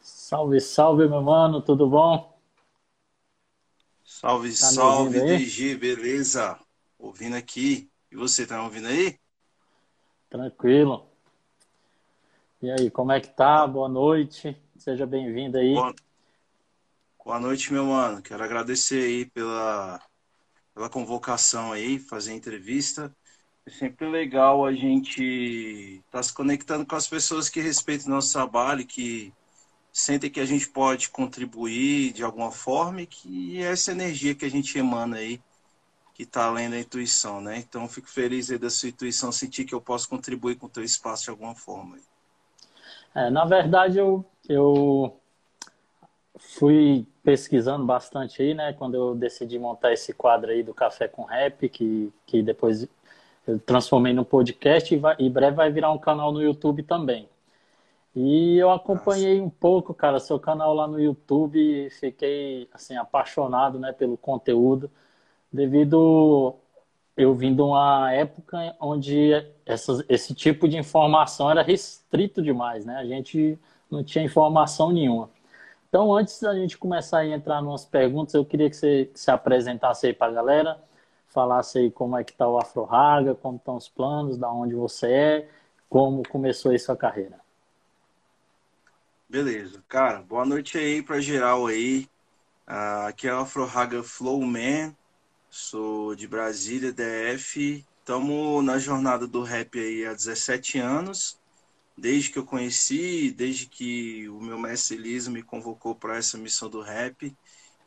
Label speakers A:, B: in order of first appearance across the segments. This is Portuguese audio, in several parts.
A: Salve, salve, meu mano, tudo bom?
B: Salve,
A: Tá me
B: salve,
A: ouvindo aí?
B: DG, beleza? Ouvindo aqui. E você, tá me ouvindo aí?
A: Tranquilo. E aí, como é que tá? Boa noite. Seja bem-vindo aí.
B: Boa, boa noite, meu mano. Quero agradecer aí pela, pela convocação aí, fazer a entrevista. É sempre legal a gente estar se conectando com as pessoas que respeitam o nosso trabalho, que sentem que a gente pode contribuir de alguma forma e que é essa energia que a gente emana aí, que tá além da intuição, né? Então, fico feliz aí da sua intuição, sentir que eu posso contribuir com o teu espaço de alguma forma. aí.
A: É, na verdade, eu, eu fui pesquisando bastante aí, né? Quando eu decidi montar esse quadro aí do Café com Rap, que, que depois eu transformei num podcast e, vai, e breve vai virar um canal no YouTube também. E eu
B: Nossa.
A: acompanhei um pouco, cara, seu canal lá no YouTube e fiquei, assim, apaixonado, né, pelo conteúdo, devido eu vim de uma época onde essas- esse tipo de informação era restrito demais, né? A gente não tinha informação nenhuma. Então, antes da gente começar a entrar nas perguntas, eu queria que você que se apresentasse aí para a galera, falasse aí como é que está o Afro Raga, como estão os planos, da onde você é, como começou aí sua carreira.
B: Beleza, cara, boa noite aí pra geral aí. Ah, aqui é o Afrohaga Flowman, sou de Brasília, DF. Tamo na jornada do rap aí há 17 anos, desde que eu conheci, desde que o meu mestre Liso me convocou para essa missão do rap.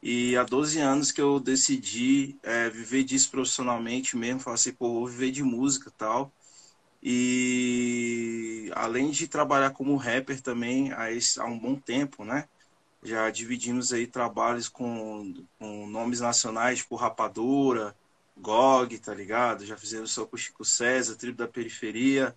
B: E há 12 anos que eu decidi eh, viver disso profissionalmente mesmo, falei assim, pô, vou viver de música e tal. E além de trabalhar como rapper também há, esse- há um bom tempo, né? Já dividimos aí trabalhos com, com nomes nacionais, tipo Rapadura, GOG, tá ligado? Já fizemos só com o Chico César, Tribo da Periferia.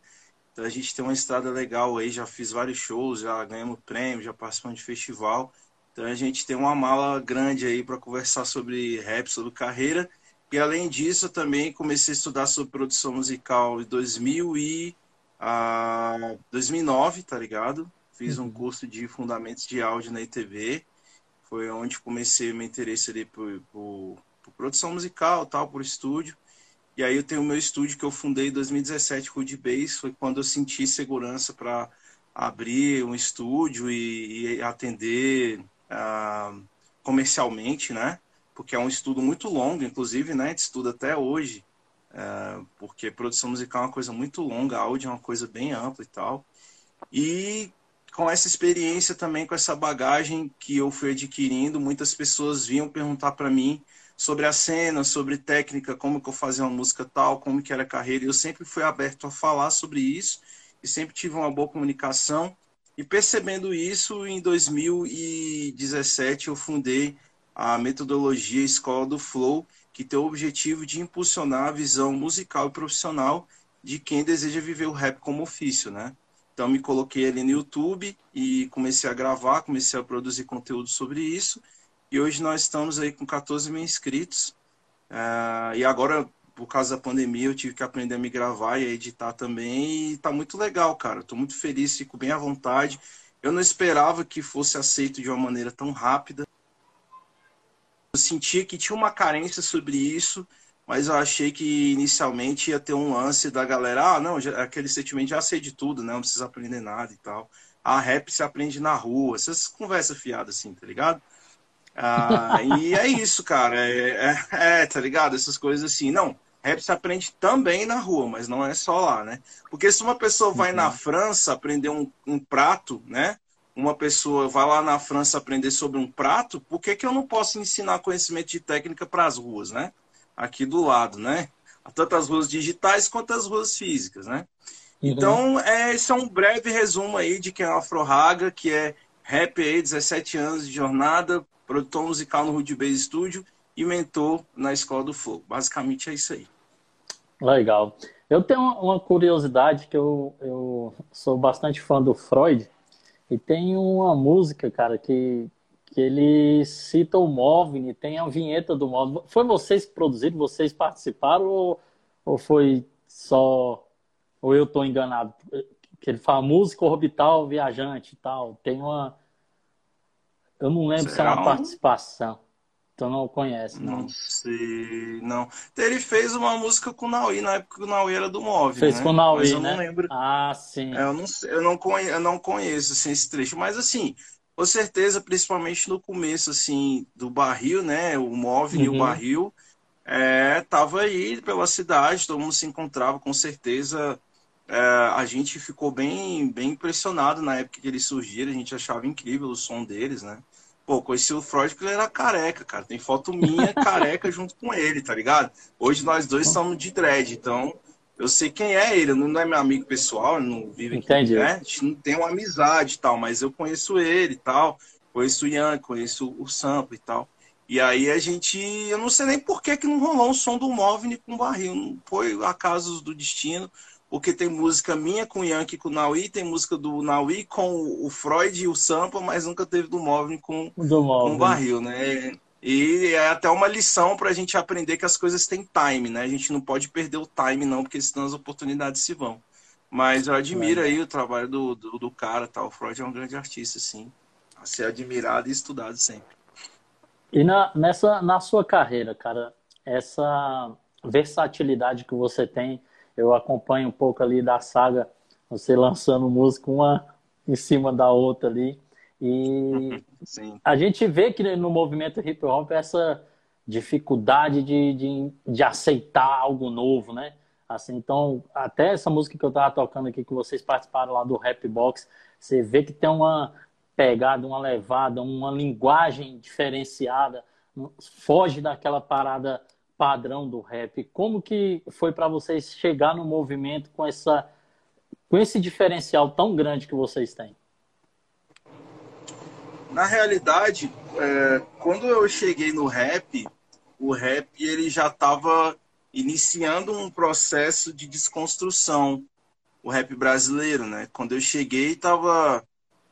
B: Então a gente tem uma estrada legal aí, já fiz vários shows, já ganhamos prêmio, já participamos de festival. Então a gente tem uma mala grande aí para conversar sobre rap, sobre carreira. E além disso, eu também comecei a estudar sobre produção musical em 2000 e, ah, 2009, tá ligado? Fiz um
A: Uhum.
B: curso de fundamentos de áudio na ITV foi onde comecei meu interesse ali por, por- por produção musical, tal, por estúdio. E aí eu tenho o meu estúdio que eu fundei em 2017 com o de Bass, foi quando eu senti segurança para abrir um estúdio e, e atender ah, comercialmente, né? Porque é um estudo muito longo, inclusive, né? A gente estuda até hoje, ah, porque produção musical é uma coisa muito longa, áudio é uma coisa bem ampla e tal. E com essa experiência também, com essa bagagem que eu fui adquirindo, muitas pessoas vinham perguntar para mim sobre a cena, sobre técnica, como que eu fazia uma música tal, como que era a carreira. E Eu sempre fui aberto a falar sobre isso e sempre tive uma boa comunicação. E percebendo isso, em 2017 eu fundei a metodologia Escola do Flow, que tem o objetivo de impulsionar a visão musical e profissional de quem deseja viver o rap como ofício, né? Então me coloquei ali no YouTube e comecei a gravar, comecei a produzir conteúdo sobre isso. E hoje nós estamos aí com 14 mil inscritos. Ah, e agora, por causa da pandemia, eu tive que aprender a me gravar e a editar também. E tá muito legal, cara. Tô muito feliz, fico bem à vontade. Eu não esperava que fosse aceito de uma maneira tão rápida. Eu sentia que tinha uma carência sobre isso, mas eu achei que inicialmente ia ter um lance da galera, ah, não, já- aquele sentimento já sei de tudo, né? Não precisa aprender nada e tal. A rap se aprende na rua, essas conversas fiadas assim, tá ligado? Ah, e é isso, cara. É, é- é, tá ligado? Essas coisas assim. Não, rap se aprende também na rua, mas não é só lá, né? Porque se uma pessoa vai na
A: Uhum.
B: França aprender um, um prato, né? Uma pessoa vai lá na França aprender sobre um prato, por que que eu não posso ensinar conhecimento de técnica para as ruas, né? Aqui do lado, né? Tanto as ruas digitais quanto as ruas físicas, né?
A: Uhum.
B: Então, é, esse é um breve resumo aí de quem é o Afro Raga, que é rap aí, 17 anos de jornada, produtor musical no Rude Base Studio e mentor na Escola do Flow. Basicamente é isso aí.
A: Legal. Eu tenho uma uma curiosidade que eu, eu sou bastante fã do Freud e tem uma música, cara, que, que ele cita o Móvel e tem a vinheta do Móvel. Foi vocês que produziram, vocês participaram ou, ou foi só, ou eu estou enganado? Que ele fala música orbital viajante e tal. Tem uma. Eu não lembro se é
B: Será
A: uma
B: um?
A: participação. Então não conhece, não.
B: Não sei, não. Ele fez uma música com o Naui, na época que o Naui era do Move,
A: Fez
B: né?
A: com o Naui,
B: Mas eu
A: né?
B: não lembro.
A: Ah, sim.
B: Eu não, sei- eu não conheço, eu não conheço assim, esse trecho, mas assim, com certeza, principalmente no começo assim do barril, né? O Move e o
A: Uhum.
B: barril é, tava aí pela cidade, todo mundo se encontrava, com certeza. é, a gente ficou bem, bem impressionado na época que eles surgiram, a gente achava incrível o som deles, né? Pô, conheci o Freud porque ele era careca, cara. Tem foto minha careca junto com ele, tá ligado? Hoje nós dois estamos de dread, então eu sei quem é ele, não não é meu amigo pessoal, ele não vive aqui,
A: Entendi.
B: né? A gente não tem uma amizade e tal, mas eu conheço ele e tal, conheço o Ian, conheço o Sampa e tal. E aí a gente, eu não sei nem por que que não rolou um som do Movni com o Barril, não foi acasos do destino, porque tem música minha com o Ian e com o Naui, tem música do Naui com o Freud e o Sampa, mas nunca teve do Movni com
A: Do
B: com
A: móvel.
B: barril, né? E é até uma lição para a gente aprender que as coisas têm time, né? A gente não pode perder o time, não, porque senão as oportunidades se vão. Mas eu admiro aí o trabalho do, do, do cara, tá? O Freud é um grande artista, assim, a ser admirado e estudado sempre.
A: E na, nessa, na sua carreira, cara, essa versatilidade que você tem, eu acompanho um pouco ali da saga, você lançando música uma em cima da outra ali. E
B: Sim.
A: a gente vê que no movimento hip hop essa dificuldade de, de, de aceitar algo novo, né? Assim, então, até essa música que eu tava tocando aqui, que vocês participaram lá do Rap Box, você vê que tem uma pegada, uma levada, uma linguagem diferenciada, um, foge daquela parada padrão do rap. Como que foi para vocês chegar no movimento com essa com esse diferencial tão grande que vocês têm?
B: Na realidade, é, quando eu cheguei no rap, o rap ele já estava iniciando um processo de desconstrução. o rap brasileiro, né? Quando eu cheguei, tava.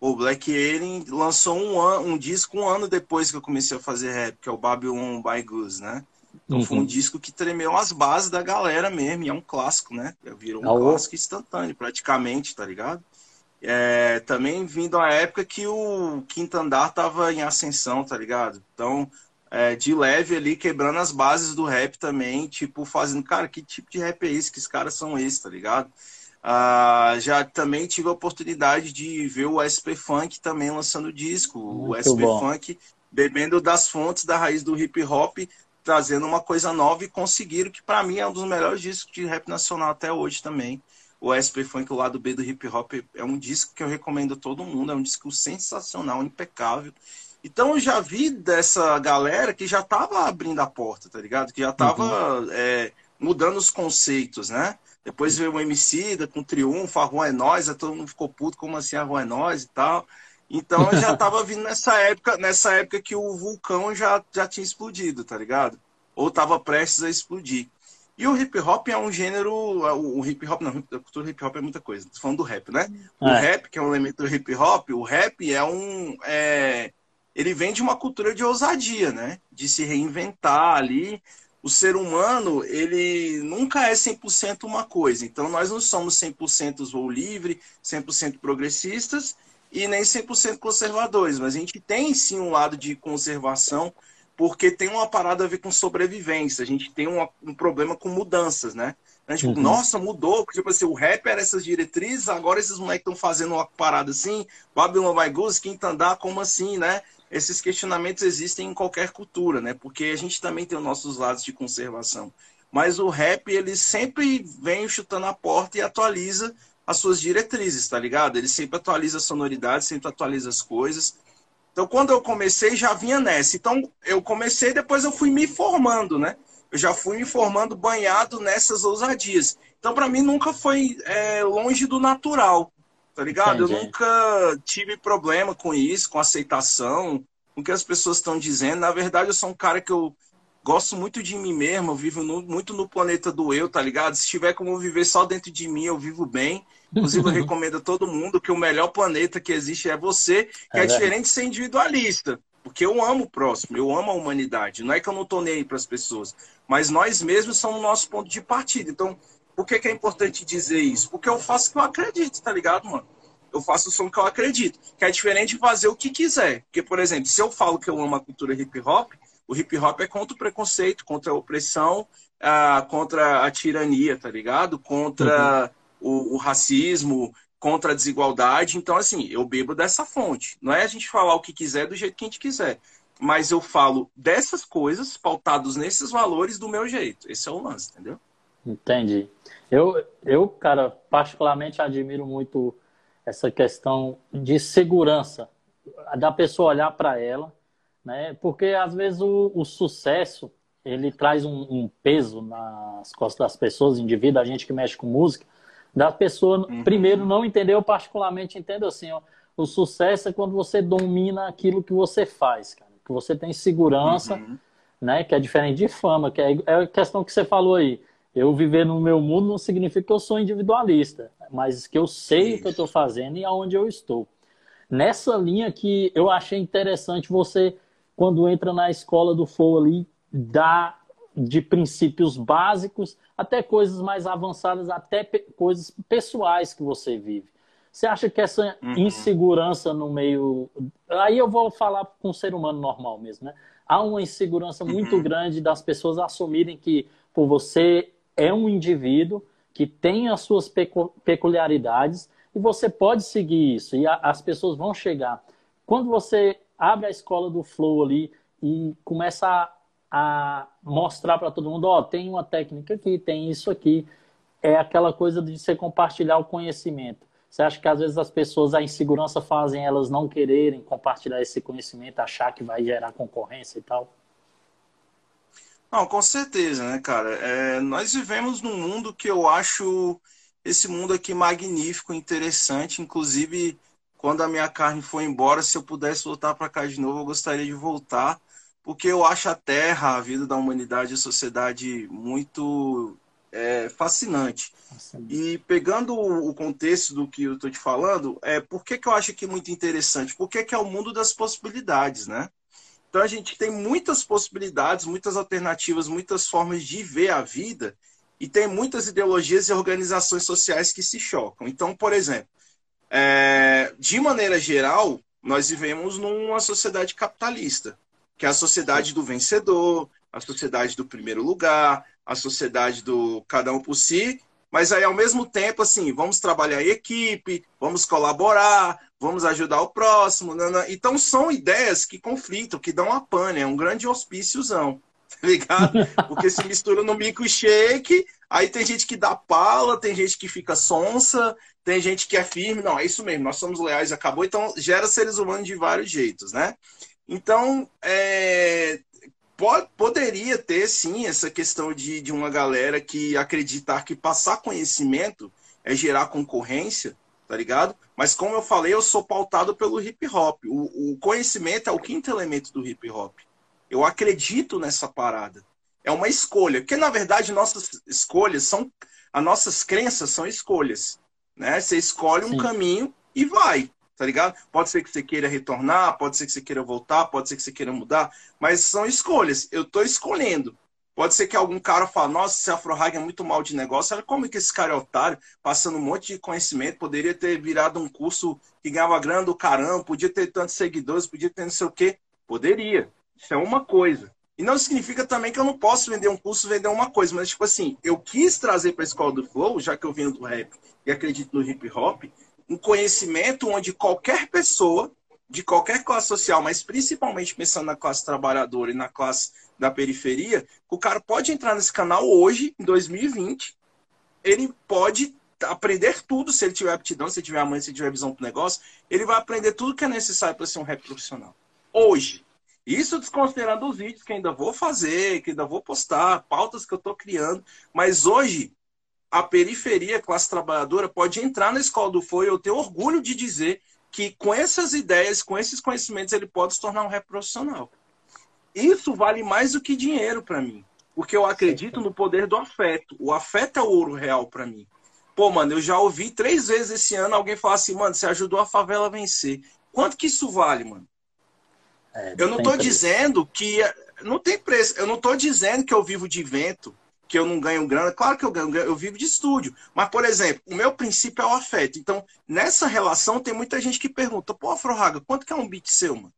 B: O Black Alien lançou um, an- um disco um ano depois que eu comecei a fazer rap, que é o Babylon by Goose, né? Então foi um
A: Uhum.
B: disco que tremeu as bases da galera mesmo, e é um clássico, né? Virou um
A: Alô?
B: clássico instantâneo, praticamente, tá ligado? É, também vindo a época que o Quinto Andar tava em ascensão, tá ligado? Então, é, de leve ali, quebrando as bases do rap também, tipo, fazendo, cara, que tipo de rap é esse? Que os caras são esses, tá ligado? Ah, já também tive a oportunidade de ver o SP Funk também lançando disco, o
A: Muito
B: SP
A: bom.
B: Funk bebendo das fontes da raiz do hip hop, trazendo uma coisa nova e conseguiram que pra mim é um dos melhores discos de rap nacional até hoje também. O SP Funk, o lado B do hip hop, é um disco que eu recomendo a todo mundo, é um disco sensacional, impecável. Então eu já vi dessa galera que já tava abrindo a porta, tá ligado? Que já tava é, mudando os conceitos, né? Depois veio o MC da com Triunfo, a Rua é Nós, aí todo mundo ficou puto, como assim a Rua é Nós e tal. Então eu já tava vindo nessa época, nessa época que o vulcão já, já tinha explodido, tá ligado? Ou tava prestes a explodir. E o hip hop é um gênero. O o hip hop, não, a cultura hip hop é muita coisa. Tô falando do rap, né? O
A: É.
B: rap, que é um elemento do hip hop, o rap é um. é, ele vem de uma cultura de ousadia, né? De se reinventar ali. O ser humano, ele nunca é 100% uma coisa. Então, nós não somos 100% voo livre, 100% progressistas e nem 100% conservadores. Mas a gente tem, sim, um lado de conservação, porque tem uma parada a ver com sobrevivência. A gente tem uma- um problema com mudanças, né? né? Tipo,
A: Uhum.
B: nossa, mudou. Tipo assim, o rap era essas diretrizes, agora esses moleques estão fazendo uma parada assim, Babylon by Goose, Quinta Andar, como assim, né? Esses questionamentos existem em qualquer cultura, né? Porque a gente também tem os nossos lados de conservação. Mas o rap, ele sempre vem chutando a porta e atualiza as suas diretrizes, tá ligado? Ele sempre atualiza a sonoridade, sempre atualiza as coisas. Então, quando eu comecei, já vinha nessa. Então, eu comecei, depois eu fui me formando, né? Eu já fui me formando banhado nessas ousadias. Então, para mim, nunca foi é, longe do natural, tá ligado? Eu
A: Entendi.
B: nunca tive problema com isso, com aceitação, com o que as pessoas estão dizendo. Na verdade, eu sou um cara que eu gosto muito de mim mesmo, eu vivo no- muito no planeta do eu, tá ligado? Se tiver como viver só dentro de mim, eu vivo bem. Inclusive, eu recomendo a todo mundo que o melhor planeta que existe é você que
A: É
B: é,
A: verdade.
B: diferente de ser individualista. Porque eu amo o próximo, eu amo a humanidade. Não é que eu não tô nem aí para as pessoas, mas nós mesmos somos o nosso ponto de partida. Então, por que, que é importante dizer isso? Porque eu faço o que eu acredito, tá ligado, mano? eu faço o som que eu acredito. Que é diferente de fazer o que quiser. Porque, por exemplo, se eu falo que eu amo a cultura hip hop, o hip hop é contra o preconceito, contra a opressão, a, contra a tirania, tá ligado? Contra uhum. o, o, racismo, contra a desigualdade. Então, assim, eu bebo dessa fonte. Não é a gente falar o que quiser do jeito que a gente quiser. Mas eu falo dessas coisas, pautados nesses valores, do meu jeito. Esse é o lance, entendeu?
A: Entendi. Eu, eu cara, particularmente admiro muito essa questão de segurança, da pessoa olhar para ela, né? Porque às vezes o, o sucesso ele traz um, um, peso nas costas das pessoas, indivíduo, a gente que mexe com música, da pessoa uhum. primeiro não entendeu, particularmente entendo assim, ó, o sucesso é quando você domina aquilo que você faz, cara, que você tem segurança, uhum. né? Que é diferente de fama, que é, é a questão que você falou aí. Eu viver no meu mundo não significa que eu sou individualista, mas que eu sei Isso. o que eu estou fazendo e aonde eu estou. Nessa linha que eu achei interessante você, quando entra na escola do Flow ali, dá de princípios básicos até coisas mais avançadas, até pe coisas pessoais que você vive. Você acha que essa uhum. insegurança no meio. Aí eu vou falar com o ser humano normal mesmo, né? Há uma insegurança uhum. muito grande das pessoas assumirem que, por você é um indivíduo que tem as suas peculiaridades e você pode seguir isso e a, as pessoas vão chegar. Quando você abre a escola do flow ali e começa a, a mostrar para todo mundo, ó, oh, tem uma técnica aqui, tem isso aqui, é aquela coisa de você compartilhar o conhecimento. Você acha que às vezes as pessoas a insegurança fazem elas não quererem compartilhar esse conhecimento, achar que vai gerar concorrência e tal?
B: Não, com certeza, né, cara? É, nós vivemos num mundo que eu acho esse mundo aqui magnífico, interessante. Inclusive, quando a minha carne foi embora, se eu pudesse voltar para cá de novo, eu gostaria de voltar, porque eu acho a Terra, a vida da humanidade, a sociedade muito é, fascinante. E pegando o contexto do que eu estou te falando, é por que, que eu acho que é muito interessante? Porque que é o mundo das possibilidades, né? Então a gente tem muitas possibilidades, muitas alternativas, muitas formas de ver a vida e tem muitas ideologias e organizações sociais que se chocam. Então, por exemplo, é, de maneira geral, nós vivemos numa sociedade capitalista, que é a sociedade do vencedor, a sociedade do primeiro lugar, a sociedade do cada um por si. Mas aí, ao mesmo tempo, assim, vamos trabalhar em equipe, vamos colaborar, vamos ajudar o próximo. Nanã. Então são ideias que conflitam, que dão a pane, é um grande hospíciozão, tá ligado? Porque se mistura no milkshake, aí tem gente que dá pala, tem gente que fica sonsa, tem gente que é firme, não, é isso mesmo, nós somos leais, acabou, então gera seres humanos de vários jeitos, né? Então, é, pode, poderia ter sim essa questão de, de uma galera que acreditar que passar conhecimento é gerar concorrência, tá ligado? Mas como eu falei, eu sou pautado pelo hip hop. O, o, conhecimento é o quinto elemento do hip hop. Eu acredito nessa parada. É uma escolha, porque na verdade nossas escolhas são as nossas crenças são escolhas, né? Você escolhe um Sim. caminho e vai, tá ligado? Pode ser que você queira retornar, pode ser que você queira voltar, pode ser que você queira mudar, mas são escolhas. Eu tô escolhendo. Pode ser que algum cara fale, nossa, esse Afrohag é muito mal de negócio. Olha como é que esse cara é otário, passando um monte de conhecimento, poderia ter virado um curso que ganhava grana do caramba, podia ter tantos seguidores, podia ter não sei o quê. Poderia. Isso é uma coisa. E não significa também que eu não posso vender um curso, vender uma coisa, mas tipo assim, eu quis trazer para a escola do Flow, já que eu vim do rap e acredito no hip hop, um conhecimento onde qualquer pessoa de qualquer classe social, mas principalmente pensando na classe trabalhadora e na classe da periferia, o cara pode entrar nesse canal hoje, em 2020, ele pode aprender tudo, se ele tiver aptidão, se ele tiver amanhã, se ele tiver visão pro negócio, ele vai aprender tudo que é necessário para ser um rap profissional. Hoje. Isso desconsiderando os vídeos que ainda vou fazer, que ainda vou postar, pautas que eu estou criando, mas hoje a periferia, a classe trabalhadora, pode entrar na escola do Foi, eu tenho orgulho de dizer que com essas ideias, com esses conhecimentos, ele pode se tornar um rap profissional. Isso vale mais do que dinheiro para mim, porque eu acredito no poder do afeto. O afeto é o ouro real para mim. Pô, mano, eu já ouvi três vezes esse ano alguém falar assim, mano, você ajudou a favela a vencer. Quanto que isso vale, mano? É, não eu não tô preço. dizendo que. Não tem preço. Eu não tô dizendo que eu vivo de vento, porque eu não ganho grana. Claro que eu ganho, eu vivo de estúdio. Mas, por exemplo, o meu princípio é o afeto. Então, nessa relação, tem muita gente que pergunta: pô, Afroraga, quanto que é um beat seu, mano?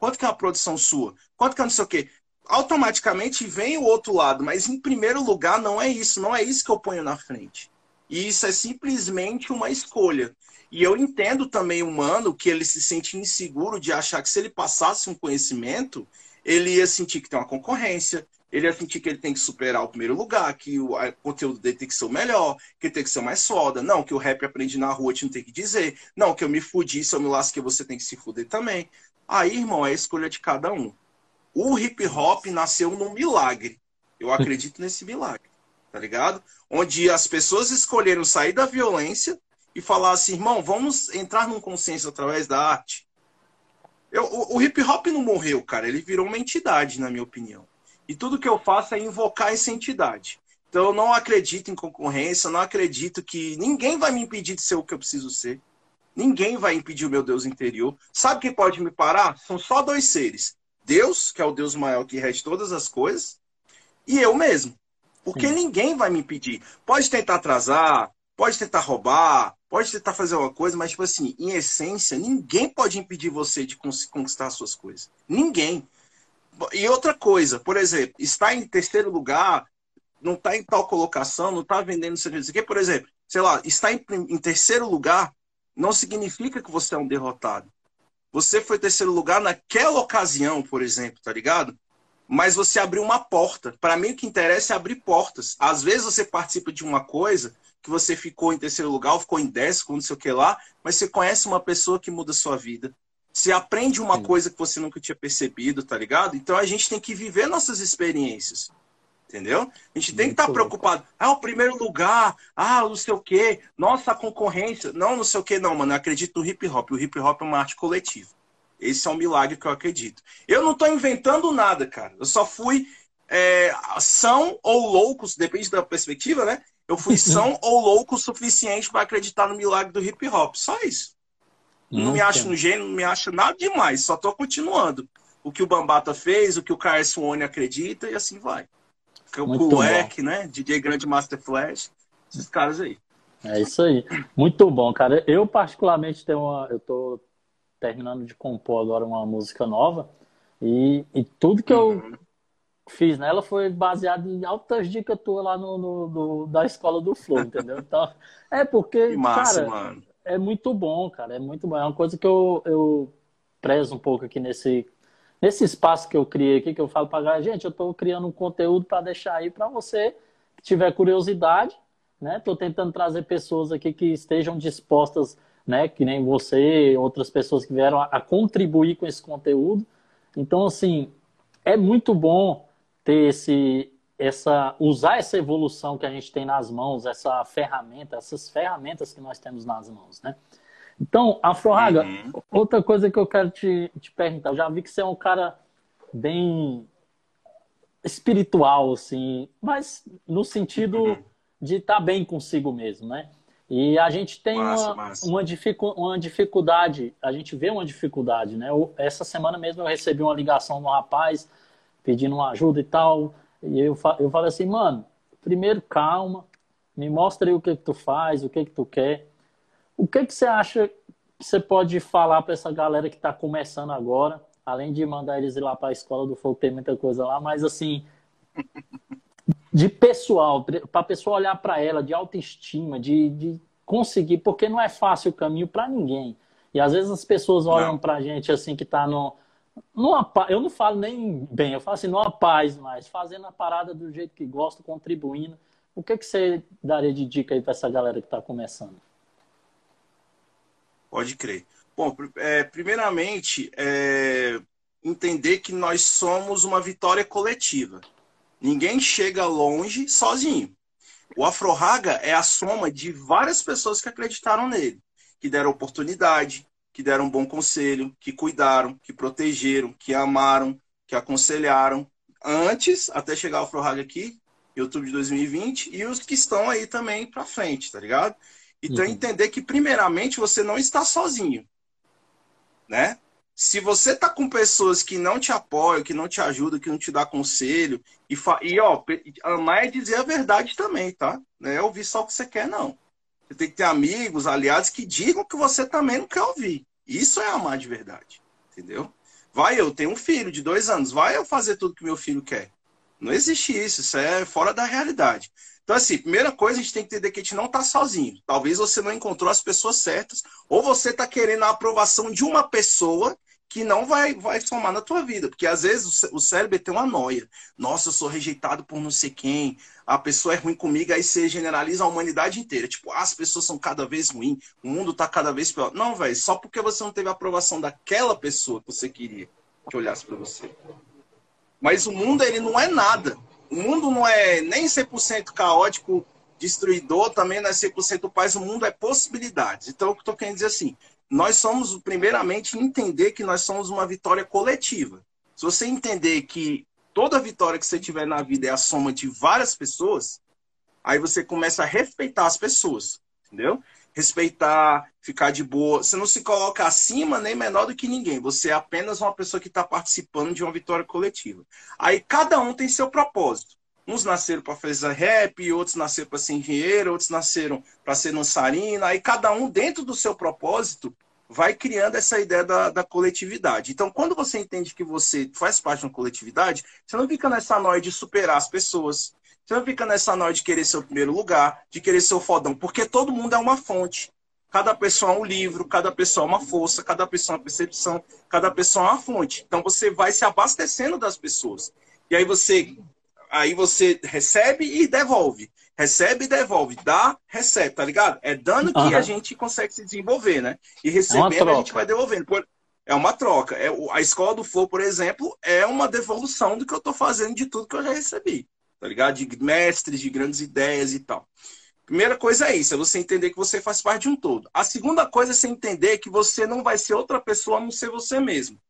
B: Quanto que é uma produção sua? Quanto que é não sei o quê? Automaticamente vem o outro lado, mas em primeiro lugar, não é isso. Não é isso que eu ponho na frente. E isso é simplesmente uma escolha. E eu entendo também o humano que ele se sente inseguro de achar que se ele passasse um conhecimento, ele ia sentir que tem uma concorrência, ele ia sentir que ele tem que superar o primeiro lugar, que o conteúdo dele tem que ser o melhor, que tem que ser o mais foda. Não, que o rap aprendi na rua, te não tem que dizer. Não, que eu me fudi, se eu me lasquei, você tem que se fuder também. Aí, irmão, é a escolha de cada um. O hip hop nasceu num milagre. Eu acredito nesse milagre tá ligado? Onde as pessoas escolheram sair da violência e falar assim, irmão, vamos entrar num consenso através da arte. Eu, o, o, hip hop não morreu, cara, ele virou uma entidade, na minha opinião. E tudo que eu faço é invocar essa entidade. Então eu não acredito em concorrência, não acredito que ninguém vai me impedir de ser o que eu preciso ser. Ninguém vai impedir o meu Deus interior. Sabe quem pode me parar? São só dois seres. Deus, que é o Deus maior que rege todas as coisas, e eu mesmo. Porque Sim. ninguém vai me impedir. Pode tentar atrasar, pode tentar roubar, pode tentar fazer alguma coisa, mas, tipo assim, em essência, ninguém pode impedir você de conquistar suas coisas. Ninguém. E outra coisa, por exemplo, está em terceiro lugar, não está em tal colocação, não está vendendo serviço aqui, por exemplo, sei lá, está em, em terceiro lugar, não significa que você é um derrotado. Você foi terceiro lugar naquela ocasião, por exemplo, tá ligado? mas você abriu uma porta. Para mim, o que interessa é abrir portas. Às vezes você participa de uma coisa que você ficou em terceiro lugar, ficou em décimo, não sei o que lá, mas você conhece uma pessoa que muda a sua vida. Você aprende uma Sim. coisa que você nunca tinha percebido, tá ligado? Então a gente tem que viver nossas experiências. Entendeu? A gente tem Muito que estar tá preocupado. Ah, o primeiro lugar, ah, não sei o quê, nossa, a concorrência. Não, não sei o quê, não, mano. Eu acredito no hip hop. O hip hop é uma arte coletiva. Esse é um milagre que eu acredito. Eu não estou inventando nada, cara. Eu só fui é, são ou loucos, depende da perspectiva, né? Eu fui são ou louco o suficiente para acreditar no milagre do hip hop. Só isso. Não, não me acho no gênio, não me acho nada demais. Só estou continuando. O que o Bambata fez, o que o Carson One acredita e assim vai. O Black, né? DJ Grande Master Flash, esses caras aí.
A: É isso aí. Muito bom, cara. Eu particularmente tenho uma, eu tô terminando de compor agora uma música nova. E, e tudo que eu
B: Hum,
A: uhum. fiz nela foi baseado em altas dicas tuas lá no, no, no, da escola do Flow, entendeu? Então, é porque, que massa, cara, mano. é muito bom, cara. É muito bom. É uma coisa que eu, eu prezo um pouco aqui nesse, nesse espaço que eu criei aqui, que eu falo pra galera, gente, eu tô criando um conteúdo para deixar aí para você que tiver curiosidade, né? Tô tentando trazer pessoas aqui que estejam dispostas né, que nem você, outras pessoas que vieram a, a, contribuir com esse conteúdo. Então, assim, é muito bom ter esse, essa, usar essa evolução que a gente tem nas mãos, essa ferramenta, essas ferramentas que nós temos nas mãos, né? Então, Afroraga, uhum. outra coisa que eu quero te, te perguntar, eu já vi que você é um cara bem espiritual, assim, mas no sentido uhum. de estar tá bem consigo mesmo, né? E a gente tem massa, uma, massa. Uma, dificu uma, dificuldade, a gente vê uma dificuldade, né? Eu, essa semana mesmo eu recebi uma ligação de um rapaz pedindo uma ajuda e tal. E eu, fa eu falei assim, mano, primeiro calma, me mostra aí o que, que tu faz, o que, que tu quer. O que, que você acha que você pode falar para essa galera que está começando agora? Além de mandar eles ir lá para a escola do fogo, tem muita coisa lá, mas assim, de pessoal, para a pessoa olhar para ela, de autoestima, de, de, conseguir, porque não é fácil o caminho para ninguém. E às vezes as pessoas olham para a gente assim que está no. Numa, eu não falo nem bem, eu falo assim, numa paz, mas fazendo a parada do jeito que gosta, contribuindo. O que, que você daria de dica aí para essa galera que está começando?
B: Pode crer. Bom, é, primeiramente, é, entender que nós somos uma vitória coletiva. Ninguém chega longe sozinho. O Afroraga é a soma de várias pessoas que acreditaram nele, que deram oportunidade, que deram um bom conselho, que cuidaram, que protegeram, que amaram, que aconselharam antes, até chegar o Afroraga aqui, YouTube de 2020, e os que estão aí também para frente, tá ligado? Então uhum. entender que primeiramente você não está sozinho, né? se você tá com pessoas que não te apoiam, que não te ajudam, que não te dá conselho, e, fa... e ó, amar é dizer a verdade também, tá? Não é ouvir só o que você quer, não. Você tem que ter amigos, aliados, que digam que você também não quer ouvir. Isso é amar de verdade, entendeu? Vai eu tenho um filho de dois anos, vai eu fazer tudo que meu filho quer. Não existe isso, isso é fora da realidade. Então, assim, primeira coisa, a gente tem que entender que a gente não está sozinho. Talvez você não encontrou as pessoas certas, ou você está querendo a aprovação de uma pessoa que não vai, vai somar na tua vida. Porque às vezes o cérebro tem uma noia. Nossa, eu sou rejeitado por não sei quem, a pessoa é ruim comigo, aí você generaliza a humanidade inteira. Tipo, ah, as pessoas são cada vez ruins, o mundo tá cada vez pior. Não, velho, só porque você não teve a aprovação daquela pessoa que você queria que olhasse para você. Mas o mundo, ele não é nada. O mundo não é nem 100% caótico, destruidor, também não é 100% paz. O mundo é possibilidades. Então, eu tô querendo dizer assim, nós somos, primeiramente, entender que nós somos uma vitória coletiva. Se você entender que toda vitória que você tiver na vida é a soma de várias pessoas, aí você começa a respeitar as pessoas, entendeu? Respeitar, ficar de boa. Você não se coloca acima nem menor do que ninguém. Você é apenas uma pessoa que está participando de uma vitória coletiva. Aí cada um tem seu propósito. Uns nasceram para fazer rap, outros nasceram para ser engenheiro, outros nasceram para ser dançarina. Aí cada um, dentro do seu propósito, vai criando essa ideia da, da, coletividade. Então, quando você entende que você faz parte de uma coletividade, você não fica nessa noia de superar as pessoas. Você não fica nessa noia de querer ser o primeiro lugar, de querer ser o fodão, porque todo mundo é uma fonte. Cada pessoa é um livro, cada pessoa é uma força, cada pessoa é uma percepção, cada pessoa é uma fonte. Então você vai se abastecendo das pessoas. E aí você aí você recebe e devolve. Recebe e devolve. Dá, recebe, tá ligado? É dando que uhum. a gente consegue se desenvolver, né? E recebendo, é a gente vai devolvendo. É uma troca. É, a escola do Flow, por exemplo, é uma devolução do que eu tô fazendo de tudo que eu já recebi. Tá ligado? De mestres, de grandes ideias e tal. Primeira coisa é isso, é você entender que você faz parte de um todo. A segunda coisa é você entender que você não vai ser outra pessoa a não ser você mesmo.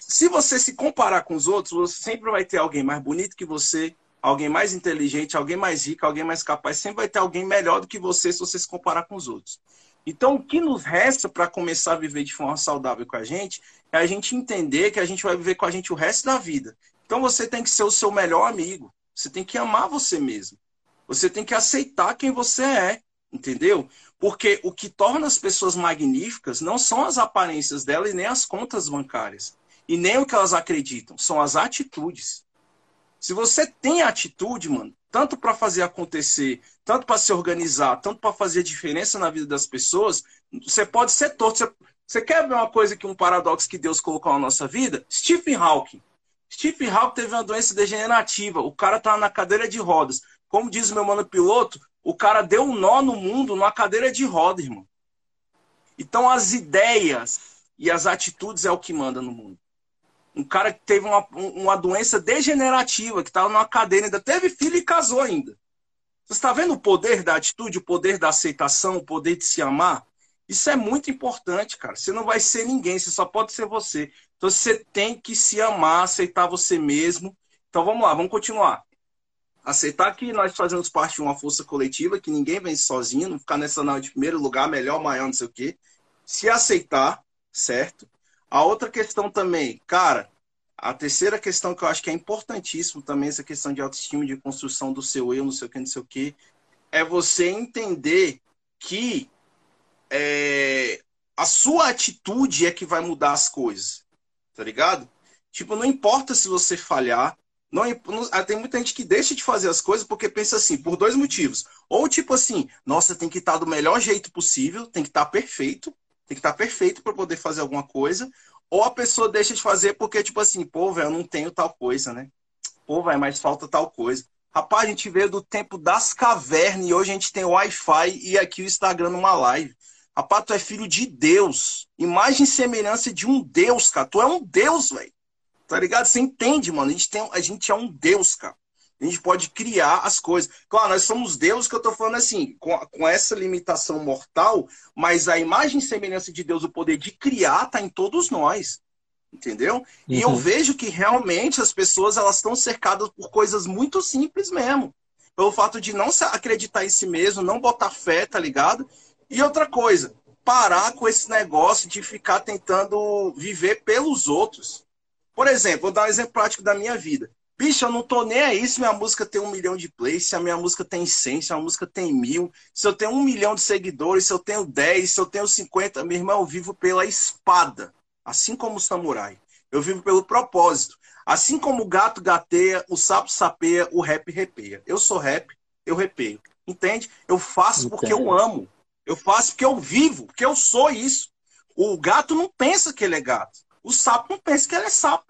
B: Se você se comparar com os outros, você sempre vai ter alguém mais bonito que você, alguém mais inteligente, alguém mais rico, alguém mais capaz. Sempre vai ter alguém melhor do que você se você se comparar com os outros. Então, o que nos resta para começar a viver de forma saudável com a gente é a gente entender que a gente vai viver com a gente o resto da vida. Então, você tem que ser o seu melhor amigo. Você tem que amar você mesmo. Você tem que aceitar quem você é, entendeu? Porque o que torna as pessoas magníficas não são as aparências delas e nem as contas bancárias e nem o que elas acreditam, são as atitudes. Se você tem atitude, mano, tanto para fazer acontecer, tanto para se organizar, tanto para fazer diferença na vida das pessoas, você pode ser torto. Você, você quer ver uma coisa que um paradoxo que Deus colocou na nossa vida? Stephen Hawking. Stephen Hawking teve uma doença degenerativa. O cara tá na cadeira de rodas. Como diz o meu mano piloto, o cara deu um nó no mundo numa cadeira de rodas, irmão. Então as ideias e as atitudes é o que manda no mundo um cara que teve uma, um, uma doença degenerativa, que estava numa cadeira, ainda teve filho e casou ainda. Você está vendo o poder da atitude, o poder da aceitação, o poder de se amar? Isso é muito importante, cara. Você não vai ser ninguém, você só pode ser você. Então você tem que se amar, aceitar você mesmo. Então vamos lá, vamos continuar. Aceitar que nós fazemos parte de uma força coletiva, que ninguém vem sozinho, não ficar nessa não, de primeiro lugar, melhor, maior, não sei o quê. Se aceitar, certo? A outra questão também, cara, a terceira questão que eu acho que é importantíssimo também, essa questão de autoestima, de construção do seu eu, não sei o que, não sei o que, é você entender que é, a sua atitude é que vai mudar as coisas, tá ligado? Tipo, não importa se você falhar, não, não, ah, tem muita gente que deixa de fazer as coisas porque pensa assim, por dois motivos. Ou tipo assim, nossa, tem que estar do melhor jeito possível, tem que estar perfeito, tem que estar perfeito para poder fazer alguma coisa, ou a pessoa deixa de fazer porque, tipo assim, pô, velho, eu não tenho tal coisa, né? Pô, velho, mas falta tal coisa. Rapaz, a gente veio do tempo das cavernas e hoje a gente tem Wi-Fi e aqui o Instagram numa live. Rapaz, tu é filho de Deus. Imagem e semelhança de um Deus, cara. Tu é um Deus, velho. Tá ligado? Você entende, mano? A gente, tem, a gente é um Deus, cara. A gente pode criar as coisas. Claro, nós somos Deus, que eu estou falando assim, com, com, essa limitação mortal, mas a imagem e semelhança de Deus, o poder de criar, tá em todos nós. Entendeu? Uhum. E eu vejo que realmente as pessoas elas estão cercadas por coisas muito simples mesmo. Pelo fato de não acreditar em si mesmo, não botar fé, tá ligado? E outra coisa, parar com esse negócio de ficar tentando viver pelos outros. Por exemplo, vou dar um exemplo prático da minha vida. Bicho, eu não tô nem aí se minha música tem um milhão de plays, se a minha música tem 100, se a música tem mil, se eu tenho um milhão de seguidores, se eu tenho 10, se eu tenho 50. Meu irmão, eu vivo pela espada, assim como o samurai. Eu vivo pelo propósito. Assim como o gato gateia, o sapo sapeia, o rap repeia. Eu sou rap, eu repeio. Entende? Eu faço porque Entendo. eu amo. Eu faço porque eu vivo, porque eu sou isso. O gato não pensa que ele é gato. O sapo não pensa que ele é sapo.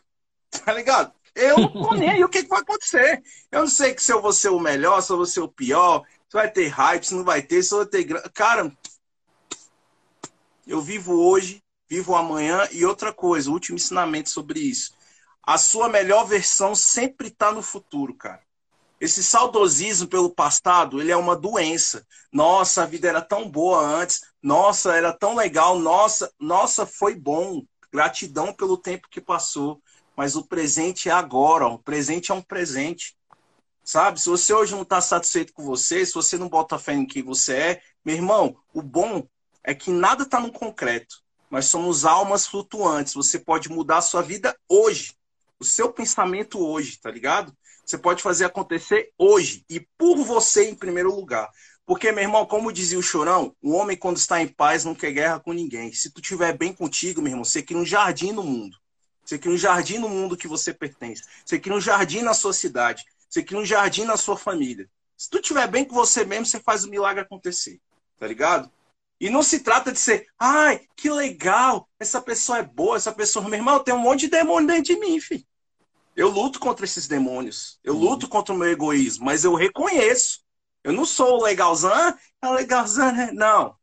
B: Tá ligado? Eu não tô nem aí o que, que, vai acontecer. Eu não sei que se eu vou ser o melhor, se eu vou ser o pior, se vai ter hype, se não vai ter, se eu vou ter. Cara, eu vivo hoje, vivo amanhã. E outra coisa, último ensinamento sobre isso. A sua melhor versão sempre está no futuro, cara. Esse saudosismo pelo passado, ele é uma doença. Nossa, a vida era tão boa antes. Nossa, era tão legal. Nossa, nossa, foi bom. Gratidão pelo tempo que passou mas o presente é agora. Ó. O presente é um presente. Sabe? Se você hoje não está satisfeito com você, se você não bota fé em quem você é, meu irmão, o bom é que nada está no concreto. Nós somos almas flutuantes. Você pode mudar a sua vida hoje. O seu pensamento hoje, tá ligado? Você pode fazer acontecer hoje e por você em primeiro lugar. Porque, meu irmão, como dizia o Chorão, o homem quando está em paz não quer guerra com ninguém. Se tu tiver bem contigo, meu irmão, você cria um jardim no mundo. Você cria um jardim no mundo que você pertence. Você cria um jardim na sua cidade. Você cria um jardim na sua família. Se tu tiver bem com você mesmo, você faz o milagre acontecer. Tá ligado? E não se trata de ser, ai, que legal, essa pessoa é boa, essa pessoa. Meu irmão, tem um monte de demônio dentro de mim, filho. Eu luto contra esses demônios. Eu luto contra o meu egoísmo, mas eu reconheço. Eu não sou o legalzão, ah, é legalzão, né? Não.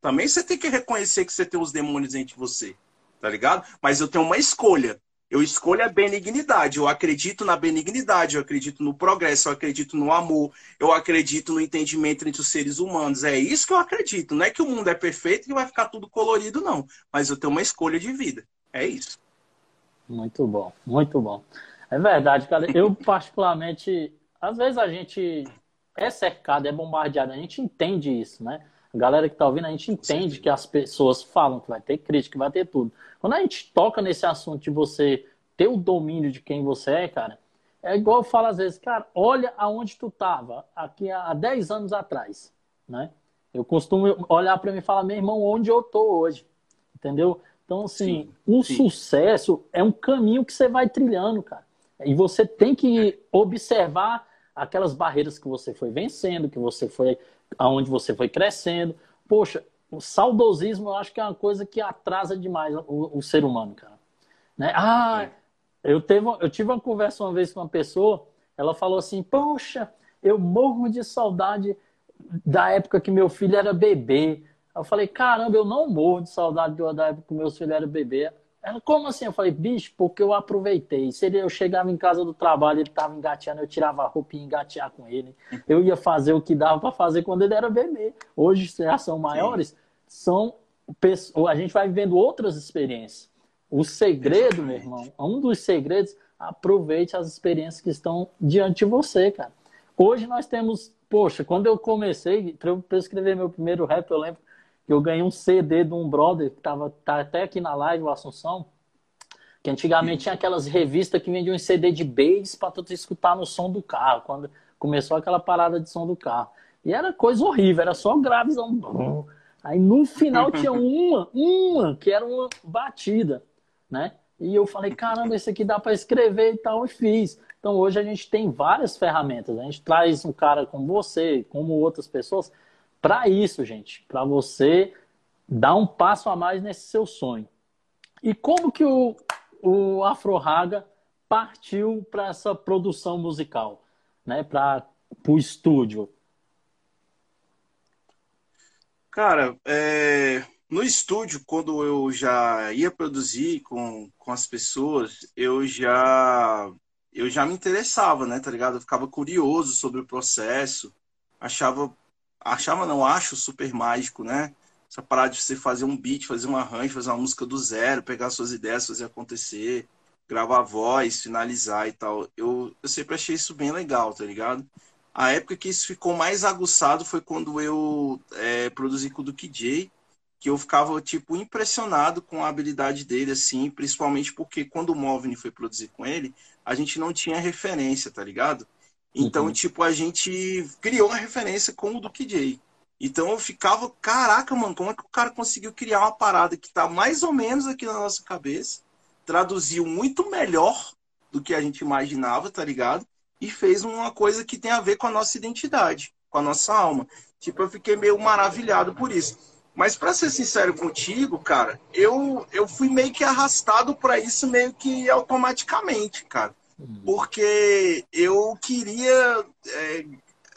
B: Também você tem que reconhecer que você tem os demônios dentro de você tá ligado? Mas eu tenho uma escolha. Eu escolho a benignidade. Eu acredito na benignidade, eu acredito no progresso, eu acredito no amor, eu acredito no entendimento entre os seres humanos. É isso que eu acredito. Não é que o mundo é perfeito e vai ficar tudo colorido, não. Mas eu tenho uma escolha de vida. É isso.
A: Muito bom, muito bom. É verdade, cara. Eu, particularmente, às vezes a gente é cercado, é bombardeado, a gente entende isso, né? galera que tá ouvindo, a gente entende que as pessoas falam que vai ter crítica, que vai ter tudo. Quando a gente toca nesse assunto de você ter o domínio de quem você é, cara, é igual eu falo às vezes, cara, olha aonde tu tava aqui há 10 anos atrás, né? Eu costumo olhar para mim e falar, meu irmão, onde eu tô hoje? Entendeu? Então, assim, sim, o sim. sucesso é um caminho que você vai trilhando, cara. E você tem que observar aquelas barreiras que você foi vencendo, que você foi aonde você foi crescendo. Poxa, o saudosismo eu acho que é uma coisa que atrasa demais o, o ser humano, cara. Né? Ah, é. eu, teve, eu tive uma conversa uma vez com uma pessoa, ela falou assim: Poxa, eu morro de saudade da época que meu filho era bebê. Eu falei: Caramba, eu não morro de saudade da época que meu filho era bebê. Ela, como assim? Eu falei, bicho, porque eu aproveitei. Se ele, eu chegava em casa do trabalho, ele tava engateando, eu tirava a roupa e engatear com ele. Eu ia fazer o que dava para fazer quando ele era bebê. Hoje já são maiores, Sim. são a gente vai vivendo outras experiências. O segredo, meu irmão, um dos segredos, aproveite as experiências que estão diante de você, cara. Hoje nós temos, poxa, quando eu comecei, para escrever meu primeiro rap, eu lembro eu ganhei um CD de um brother que tava, tá até aqui na live, o Assunção, que antigamente Sim. tinha aquelas revistas que vendiam um CD de bass para tu escutar no som do carro, quando começou aquela parada de som do carro. E era coisa horrível, era só graves. Aí no final tinha uma, uma, que era uma batida, né? E eu falei, caramba, esse aqui dá para escrever e tal, e fiz. Então hoje a gente tem várias ferramentas, a gente traz um cara como você, como outras pessoas, para isso, gente, para você dar um passo a mais nesse seu sonho. E como que o, o Afro Raga partiu para essa produção musical, né, para o estúdio?
B: Cara, é, no estúdio, quando eu já ia produzir com, com as pessoas, eu já eu já me interessava, né, tá ligado? Eu ficava curioso sobre o processo, achava achava não, acho super mágico, né? Essa parada de você fazer um beat, fazer um arranjo, fazer uma música do zero, pegar suas ideias, fazer acontecer, gravar voz, finalizar e tal. Eu, eu sempre achei isso bem legal, tá ligado? A época que isso ficou mais aguçado foi quando eu é, produzi com o Duke J. que eu ficava tipo impressionado com a habilidade dele assim, principalmente porque quando o Movni foi produzir com ele, a gente não tinha referência, tá ligado? Então, uhum. tipo, a gente criou a referência com o Duke J. Então eu ficava, caraca, mano, como é que o cara conseguiu criar uma parada que tá mais ou menos aqui na nossa cabeça, traduziu muito melhor do que a gente imaginava, tá ligado? E fez uma coisa que tem a ver com a nossa identidade, com a nossa alma. Tipo, eu fiquei meio maravilhado por isso. Mas para ser sincero contigo, cara, eu, eu fui meio que arrastado para isso meio que automaticamente, cara. Porque eu queria é,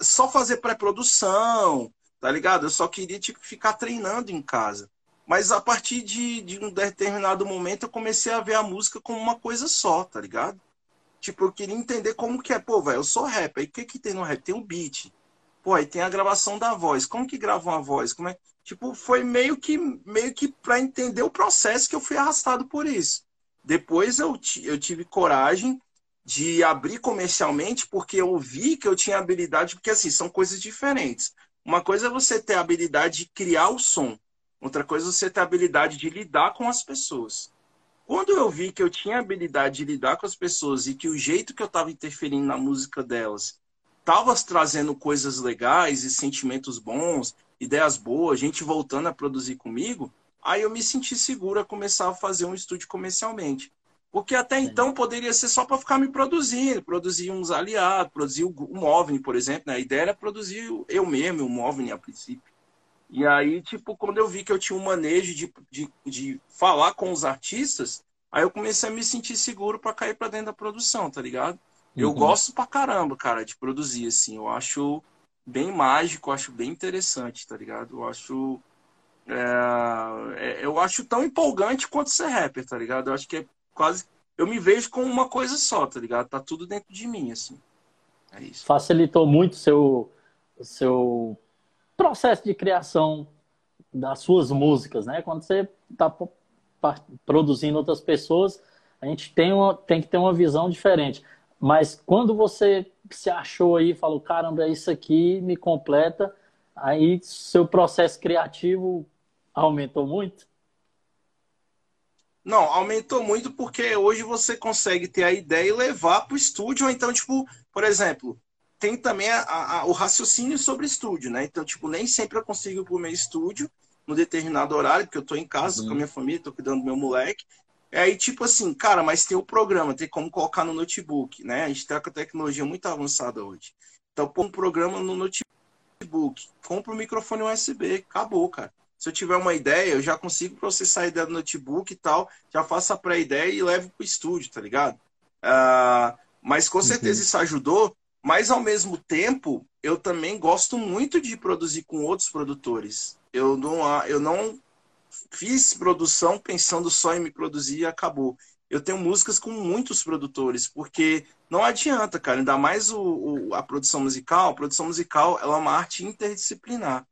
B: só fazer pré-produção, tá ligado? Eu só queria tipo, ficar treinando em casa. Mas a partir de, de um determinado momento eu comecei a ver a música como uma coisa só, tá ligado? Tipo, eu queria entender como que é. Pô, velho, eu sou rap, aí o que que tem no rap? Tem um beat. Pô, aí tem a gravação da voz. Como que grava uma voz? Como é? Tipo, foi meio que meio que para entender o processo que eu fui arrastado por isso. Depois eu, eu tive coragem de abrir comercialmente porque eu vi que eu tinha habilidade, porque assim, são coisas diferentes. Uma coisa é você ter a habilidade de criar o som, outra coisa é você ter a habilidade de lidar com as pessoas. Quando eu vi que eu tinha habilidade de lidar com as pessoas e que o jeito que eu estava interferindo na música delas estava trazendo coisas legais e sentimentos bons, ideias boas, gente voltando a produzir comigo, aí eu me senti seguro a começar a fazer um estúdio comercialmente. Porque até é. então poderia ser só para ficar me produzindo, produzir uns aliados, produzir o Movni, por exemplo. Né? A ideia era produzir eu mesmo, o Movni, a princípio. E aí, tipo, quando eu vi que eu tinha um manejo de, de, de falar com os artistas, aí eu comecei a me sentir seguro para cair para dentro da produção, tá ligado? Eu uhum. gosto pra caramba, cara, de produzir, assim. Eu acho bem mágico, eu acho bem interessante, tá ligado? Eu acho. É, eu acho tão empolgante quanto ser rapper, tá ligado? Eu acho que é quase. Eu me vejo com uma coisa só, tá ligado? Tá tudo dentro de mim, assim. É isso.
A: Facilitou muito seu seu processo de criação das suas músicas, né? Quando você tá produzindo outras pessoas, a gente tem, uma, tem que ter uma visão diferente. Mas quando você se achou aí, falou, caramba, é isso aqui, me completa, aí seu processo criativo aumentou muito?
B: Não, aumentou muito porque hoje você consegue ter a ideia e levar para o estúdio. Ou então, tipo, por exemplo, tem também a, a, o raciocínio sobre estúdio, né? Então, tipo, nem sempre eu consigo ir para o meu estúdio no determinado horário, porque eu estou em casa, uhum. com a minha família, estou cuidando do meu moleque. Aí, tipo assim, cara, mas tem o programa, tem como colocar no notebook, né? A gente tá com a tecnologia muito avançada hoje. Então, põe um programa no notebook, compra o um microfone USB, acabou, cara. Se eu tiver uma ideia, eu já consigo processar a ideia do notebook e tal, já faço a pré-ideia e levo pro estúdio, tá ligado? Uh, mas com certeza uhum. isso ajudou, mas ao mesmo tempo, eu também gosto muito de produzir com outros produtores. Eu não, eu não fiz produção pensando só em me produzir e acabou. Eu tenho músicas com muitos produtores, porque não adianta, cara, ainda mais o, o, a produção musical. A produção musical ela é uma arte interdisciplinar.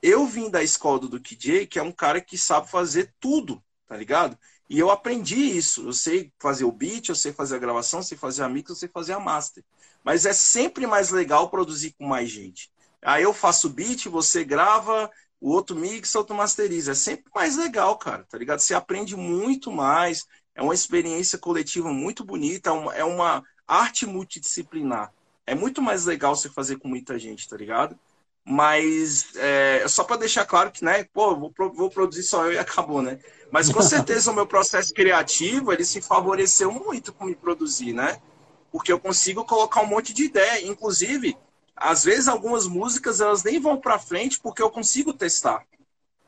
B: Eu vim da escola do Duke J, que é um cara que sabe fazer tudo, tá ligado? E eu aprendi isso. Eu sei fazer o beat, eu sei fazer a gravação, eu sei fazer a mix, eu sei fazer a master. Mas é sempre mais legal produzir com mais gente. Aí eu faço o beat, você grava, o outro mix, outro masteriza. É sempre mais legal, cara, tá ligado? Você aprende muito mais, é uma experiência coletiva muito bonita, é uma arte multidisciplinar. É muito mais legal você fazer com muita gente, tá ligado? Mas é, só para deixar claro que, né, pô, vou, vou produzir só eu e acabou, né? Mas com certeza o meu processo criativo, ele se favoreceu muito com me produzir, né? Porque eu consigo colocar um monte de ideia. Inclusive, às vezes algumas músicas elas nem vão para frente porque eu consigo testar.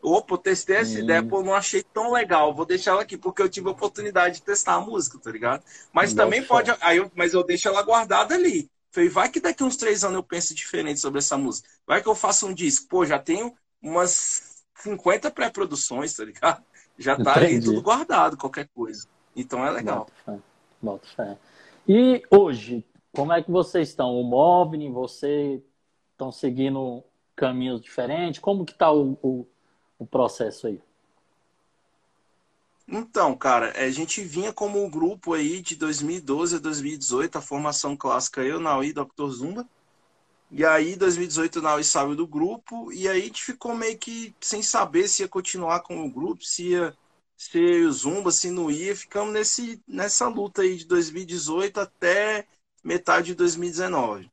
B: Opa, eu testei essa hum. ideia, pô, não achei tão legal, vou deixar ela aqui porque eu tive a oportunidade de testar a música, tá ligado? Mas Nossa. também pode, aí eu, mas eu deixo ela guardada ali. Falei, vai que daqui uns três anos eu penso diferente sobre essa música. Vai que eu faço um disco, pô, já tenho umas 50 pré-produções, tá ligado? Já tá Entendi. ali tudo guardado, qualquer coisa. Então é legal.
A: Bota fé. Bota fé. E hoje, como é que vocês estão? O Mobni, você estão seguindo caminhos diferentes? Como que está o, o, o, processo aí?
B: Então, cara, a gente vinha como um grupo aí de 2012 a 2018, a formação clássica eu, Naui, Dr. Zumba. E aí, 2018, na saiu do grupo, e aí a gente ficou meio que sem saber se ia continuar com o grupo, se ia ser o Zumba, assim, se não ia. Ficamos nesse, nessa luta aí de 2018 até metade de 2019.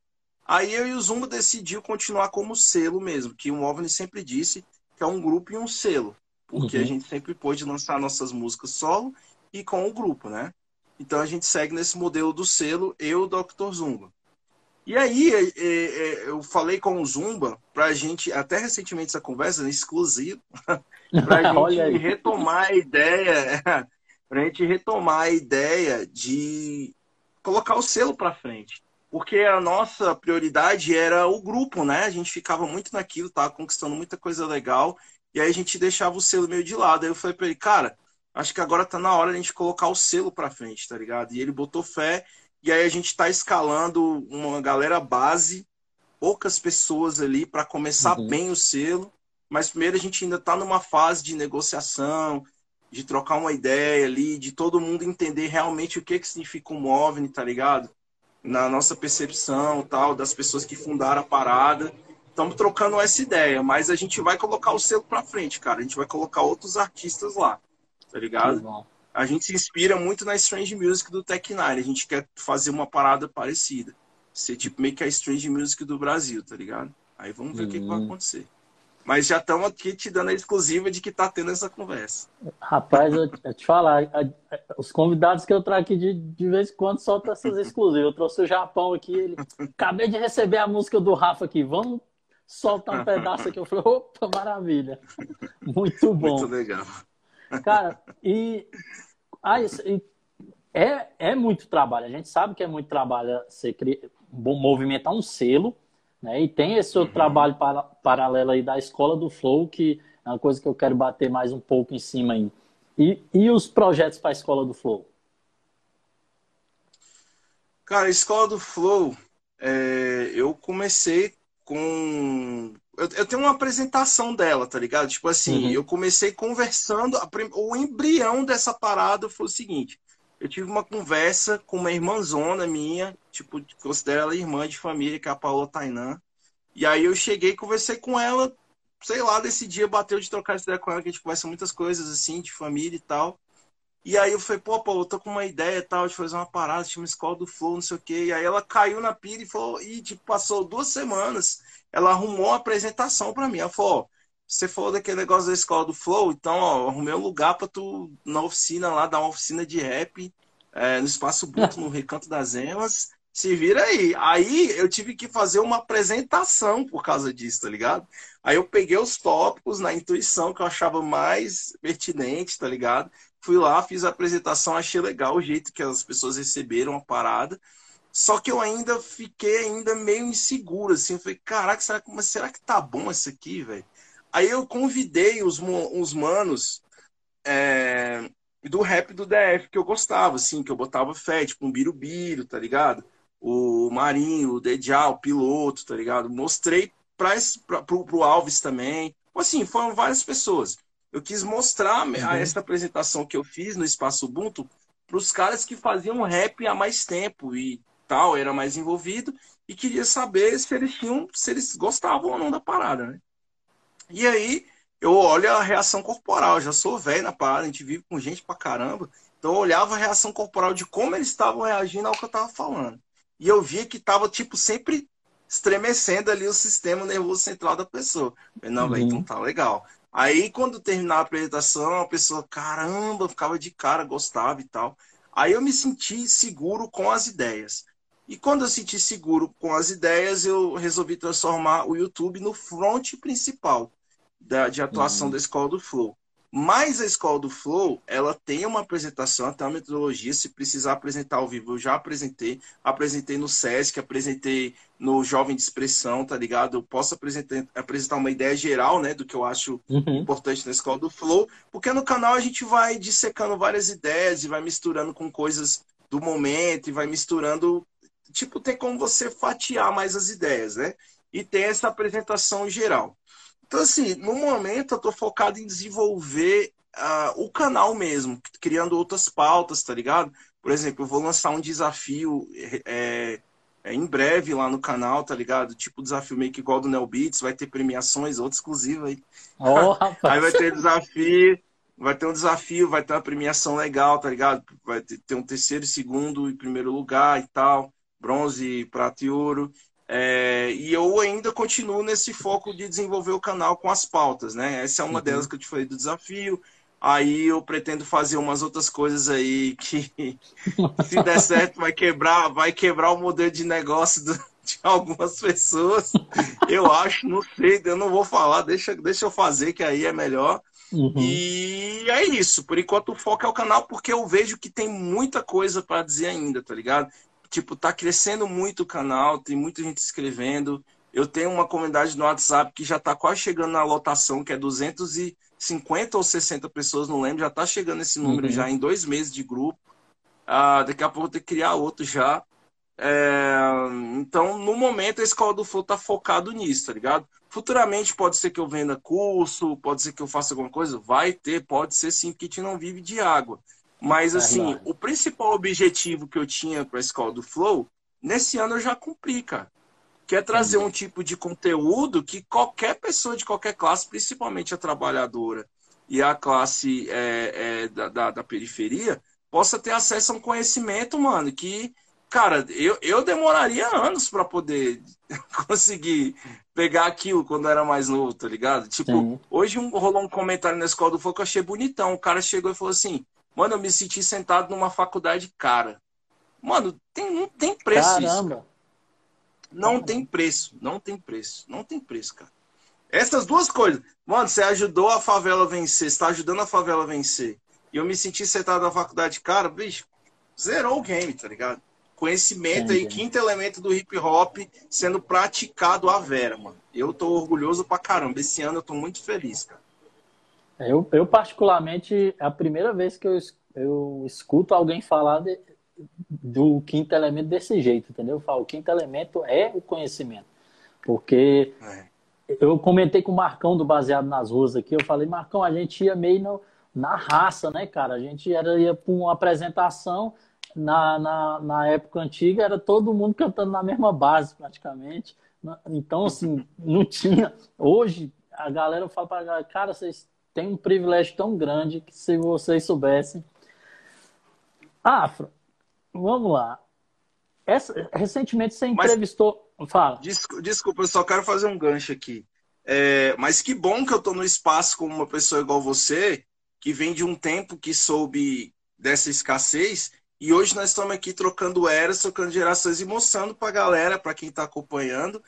B: Aí eu e o Zumba decidiu continuar como selo mesmo, que o OVNI sempre disse que é um grupo e um selo, porque uhum. a gente sempre pôde lançar nossas músicas solo e com o grupo, né? Então a gente segue nesse modelo do selo, eu e o Dr. Zumba. E aí é, eu falei com o Zumba pra gente, até recentemente essa conversa, né, exclusivo, pra gente retomar a ideia, pra gente retomar a ideia de colocar o selo pra frente. Porque a nossa prioridade era o grupo, né? A gente ficava muito naquilo, tava conquistando muita coisa legal, e aí a gente deixava o selo meio de lado. Aí eu falei pra ele, cara, acho que agora tá na hora de a gente colocar o selo pra frente, tá ligado? E ele botou fé, e aí a gente está escalando uma galera base, poucas pessoas ali para começar uhum. bem o selo. Mas primeiro a gente ainda está numa fase de negociação, de trocar uma ideia ali, de todo mundo entender realmente o que que significa um OVNI, tá ligado? Na nossa percepção, tal, das pessoas que fundaram a parada. Estamos trocando essa ideia, mas a gente vai colocar o selo para frente, cara. A gente vai colocar outros artistas lá, tá ligado? Uhum a gente se inspira muito na Strange Music do Tech Nine. A gente quer fazer uma parada parecida. Ser tipo meio que a Strange Music do Brasil, tá ligado? Aí vamos ver hum. o que, que, vai acontecer. Mas já estamos aqui te dando a exclusiva de que tá tendo essa conversa.
A: Rapaz, eu, eu te falar, a, a, os convidados que eu trago aqui de, de vez em quando soltam essas exclusivas. Eu trouxe o Japão aqui, ele. Acabei de receber a música do Rafa aqui, vamos soltar um pedaço aqui. Eu falei, opa, maravilha. Muito bom.
B: Muito legal.
A: Cara, e ah, isso, é, é muito trabalho. A gente sabe que é muito trabalho você cria, movimentar um selo, né? E tem esse outro uhum. trabalho para, paralelo aí da escola do Flow, que é uma coisa que eu quero bater mais um pouco em cima aí. E, e os projetos para a escola do Flow?
B: Cara, a escola do Flow, é, eu comecei com eu, tenho uma apresentação dela, tá ligado? Tipo assim, uhum. eu comecei conversando. Prim... O embrião dessa parada foi o seguinte: eu tive uma conversa com uma irmãzona minha, tipo, considero ela irmã de família, que é a Paula Tainan. E aí eu cheguei conversei com ela, sei lá, desse dia bateu de trocar ideia com ela, que a gente conversa muitas coisas assim, de família e tal. E aí eu falei, pô, Paulo, eu tô com uma ideia tal de fazer uma parada, tinha uma escola do Flow, não sei o quê. E aí ela caiu na pilha e falou, e tipo, passou duas semanas, ela arrumou uma apresentação para mim. Ela falou, ó, você falou daquele negócio da escola do Flow, então, ó, arrumei um lugar pra tu na oficina lá, dar uma oficina de rap é, no Espaço Bruto, no Recanto das Emas. Se vira aí. Aí eu tive que fazer uma apresentação por causa disso, tá ligado? Aí eu peguei os tópicos na intuição que eu achava mais pertinente, tá ligado? fui lá, fiz a apresentação, achei legal o jeito que as pessoas receberam a parada. Só que eu ainda fiquei ainda meio inseguro, assim. Eu falei, caraca, será que, mas será que tá bom isso aqui, velho? Aí eu convidei os, os manos é, do rap do DF que eu gostava, assim, que eu botava fé, tipo um Birubiru, tá ligado? O Marinho, o Dedial, o Piloto, tá ligado? Mostrei pra, pra, pro, pro Alves também. Assim, foram várias pessoas. Eu quis mostrar uhum. essa apresentação que eu fiz no Espaço Ubuntu para os caras que faziam rap há mais tempo e tal, era mais envolvido e queria saber se eles tinham, se eles gostavam ou não da parada, né? E aí eu olho a reação corporal, já sou velho na parada, a gente vive com gente pra caramba, então eu olhava a reação corporal de como eles estavam reagindo ao que eu tava falando. E eu via que tava tipo sempre estremecendo ali o sistema nervoso central da pessoa. Eu, falei, não, uhum. velho, então tá legal. Aí, quando terminava a apresentação, a pessoa, caramba, ficava de cara, gostava e tal. Aí eu me senti seguro com as ideias. E quando eu senti seguro com as ideias, eu resolvi transformar o YouTube no front principal da, de atuação uhum. da Escola do Flow. Mas a Escola do Flow, ela tem uma apresentação, até uma metodologia, se precisar apresentar ao vivo, eu já apresentei, apresentei no SESC, apresentei no Jovem de Expressão, tá ligado? Eu posso apresentar, apresentar uma ideia geral, né, do que eu acho uhum. importante na Escola do Flow, porque no canal a gente vai dissecando várias ideias e vai misturando com coisas do momento e vai misturando, tipo, tem como você fatiar mais as ideias, né? E tem essa apresentação geral. Então, assim, no momento eu tô focado em desenvolver uh, o canal mesmo, criando outras pautas, tá ligado? Por exemplo, eu vou lançar um desafio é, é, em breve lá no canal, tá ligado? Tipo desafio meio que igual do Neo Beats, vai ter premiações, outra exclusiva aí.
A: Oh, rapaz.
B: Aí vai ter um desafio, vai ter um desafio, vai ter uma premiação legal, tá ligado? Vai ter, ter um terceiro, segundo e primeiro lugar e tal, bronze, prata e ouro. É, e eu ainda continuo nesse foco de desenvolver o canal com as pautas, né? Essa é uma uhum. delas que eu te falei do desafio. Aí eu pretendo fazer umas outras coisas aí que, se der certo, vai quebrar, vai quebrar o modelo de negócio do, de algumas pessoas. Eu acho, não sei, eu não vou falar, deixa, deixa eu fazer, que aí é melhor. Uhum. E é isso. Por enquanto o foco é o canal, porque eu vejo que tem muita coisa para dizer ainda, tá ligado? tipo, tá crescendo muito o canal, tem muita gente se inscrevendo. Eu tenho uma comunidade no WhatsApp que já tá quase chegando na lotação, que é 250 ou 60 pessoas, não lembro, já tá chegando esse número uhum. já em dois meses de grupo. Ah, daqui a pouco eu vou ter que criar outro já. É... Então, no momento, a Escola do Flow tá focado nisso, tá ligado? Futuramente pode ser que eu venda curso, pode ser que eu faça alguma coisa, vai ter, pode ser sim, porque a gente não vive de água. Mas, assim, é o principal objetivo que eu tinha para a escola do Flow, nesse ano eu já cumpri, cara. Que é trazer um tipo de conteúdo que qualquer pessoa de qualquer classe, principalmente a trabalhadora e a classe é, é, da, da, da, periferia, possa ter acesso a um conhecimento, mano, que, cara, eu, eu demoraria anos para poder conseguir pegar aquilo quando era mais novo, tá ligado? Tipo,
A: Uhum.
B: Sim. hoje um, rolou um comentário na escola do Flow que eu achei bonitão. O cara chegou e falou assim. Mano, eu me senti sentado numa faculdade cara. Mano, tem, não tem preço Caramba. isso, cara. Não Caramba. tem preço, não tem preço, não tem preço, cara. Essas duas coisas. Mano, você ajudou a favela a vencer, está ajudando a favela a vencer. E eu me senti sentado na faculdade cara, bicho, zerou o game, tá ligado? Conhecimento Entendi. aí, quinto elemento do hip hop sendo praticado à vera, mano. Eu tô orgulhoso pra caramba. Esse ano eu tô muito feliz, cara.
A: Eu, eu, particularmente, é a primeira vez que eu, eu escuto alguém falar de, do quinto elemento desse jeito, entendeu? Eu falo, o quinto elemento é o conhecimento. Porque
B: É.
A: eu comentei com o Marcão do Baseado nas Ruas aqui, eu falei, Marcão, a gente ia meio no, na raça, né, cara? A gente era, ia para uma apresentação, na, na, na época antiga era todo mundo cantando na mesma base, praticamente. Então, assim, não tinha... Hoje, a galera fala para galera, cara, vocês tem um privilégio tão grande que se vocês soubessem. Afro, vamos lá. Essa, recentemente você entrevistou. Mas, Fala.
B: Desculpa, desculpa, eu só quero fazer um gancho aqui. É, mas que bom que eu tô no espaço com uma pessoa igual você, que vem de um tempo que soube dessa escassez. E hoje nós estamos aqui trocando eras, trocando gerações e mostrando para a galera, para quem está acompanhando,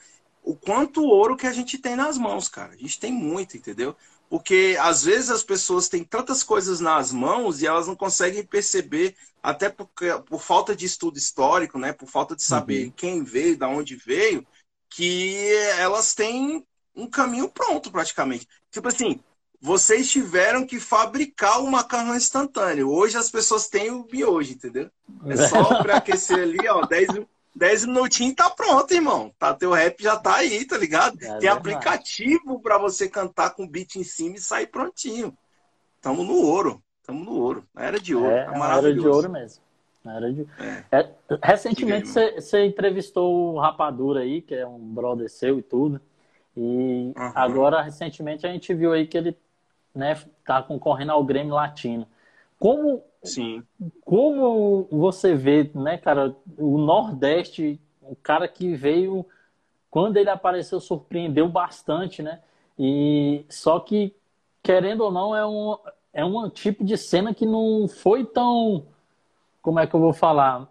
B: o quanto ouro que a gente tem nas mãos, cara. A gente tem muito, entendeu? porque às vezes as pessoas têm tantas coisas nas mãos e elas não conseguem perceber, até porque, por falta de estudo histórico, né, por falta de saber uhum. quem veio, da onde veio, que elas têm um caminho pronto praticamente. Tipo assim, vocês tiveram que fabricar o macarrão instantâneo. Hoje as pessoas têm o miojo, entendeu?
A: Né?
B: É só para aquecer ali, ó, 10 10 minutinhos tá pronto, irmão. Tá, teu rap já tá aí, tá ligado? É Tem verdade. aplicativo para você cantar com beat em cima e sair prontinho. Tamo no ouro. Tamo no ouro. Na era de ouro.
A: É, tá na era de ouro mesmo. Na era de... É. É, recentemente você entrevistou o Rapadura aí, que é um brother seu e tudo. E uhum. agora, recentemente, a gente viu aí que ele né, tá concorrendo ao Grêmio Latino. Como,
B: Sim.
A: Como você vê, né, cara, o Nordeste, o cara que veio, quando ele apareceu, surpreendeu bastante, né? E só que, querendo ou não, é um, é um tipo de cena que não foi tão. Como é que eu vou falar?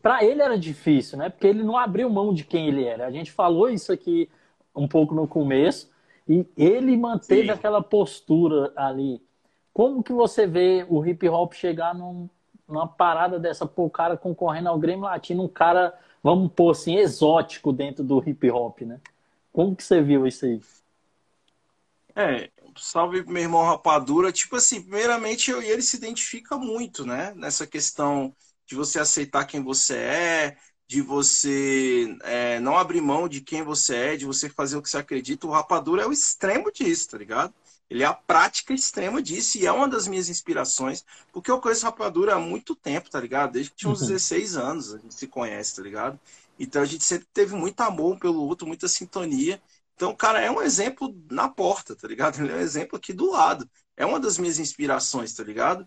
A: Para ele era difícil, né? Porque ele não abriu mão de quem ele era. A gente falou isso aqui um pouco no começo, e ele manteve Sim. aquela postura ali. Como que você vê o hip hop chegar num, numa parada dessa, pô, o cara concorrendo ao Grêmio Latino, um cara, vamos pôr assim, exótico dentro do hip hop, né? Como que você viu isso aí?
B: É, salve meu irmão Rapadura. Tipo assim, primeiramente eu e ele se identifica muito, né? Nessa questão de você aceitar quem você é, de você é, não abrir mão de quem você é, de você fazer o que você acredita. O Rapadura é o extremo disso, tá ligado? Ele é a prática extrema disso e é uma das minhas inspirações, porque eu conheço Rapadura há muito tempo, tá ligado? Desde que tinha uns 16 anos a gente se conhece, tá ligado? Então a gente sempre teve muito amor um pelo outro, muita sintonia. Então o cara é um exemplo na porta, tá ligado? Ele é um exemplo aqui do lado. É uma das minhas inspirações, tá ligado?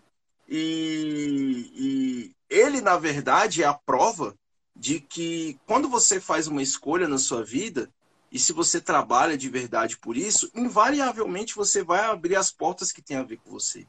B: E, e ele, na verdade, é a prova de que quando você faz uma escolha na sua vida, e se você trabalha de verdade por isso, invariavelmente você vai abrir as portas que tem a ver com você.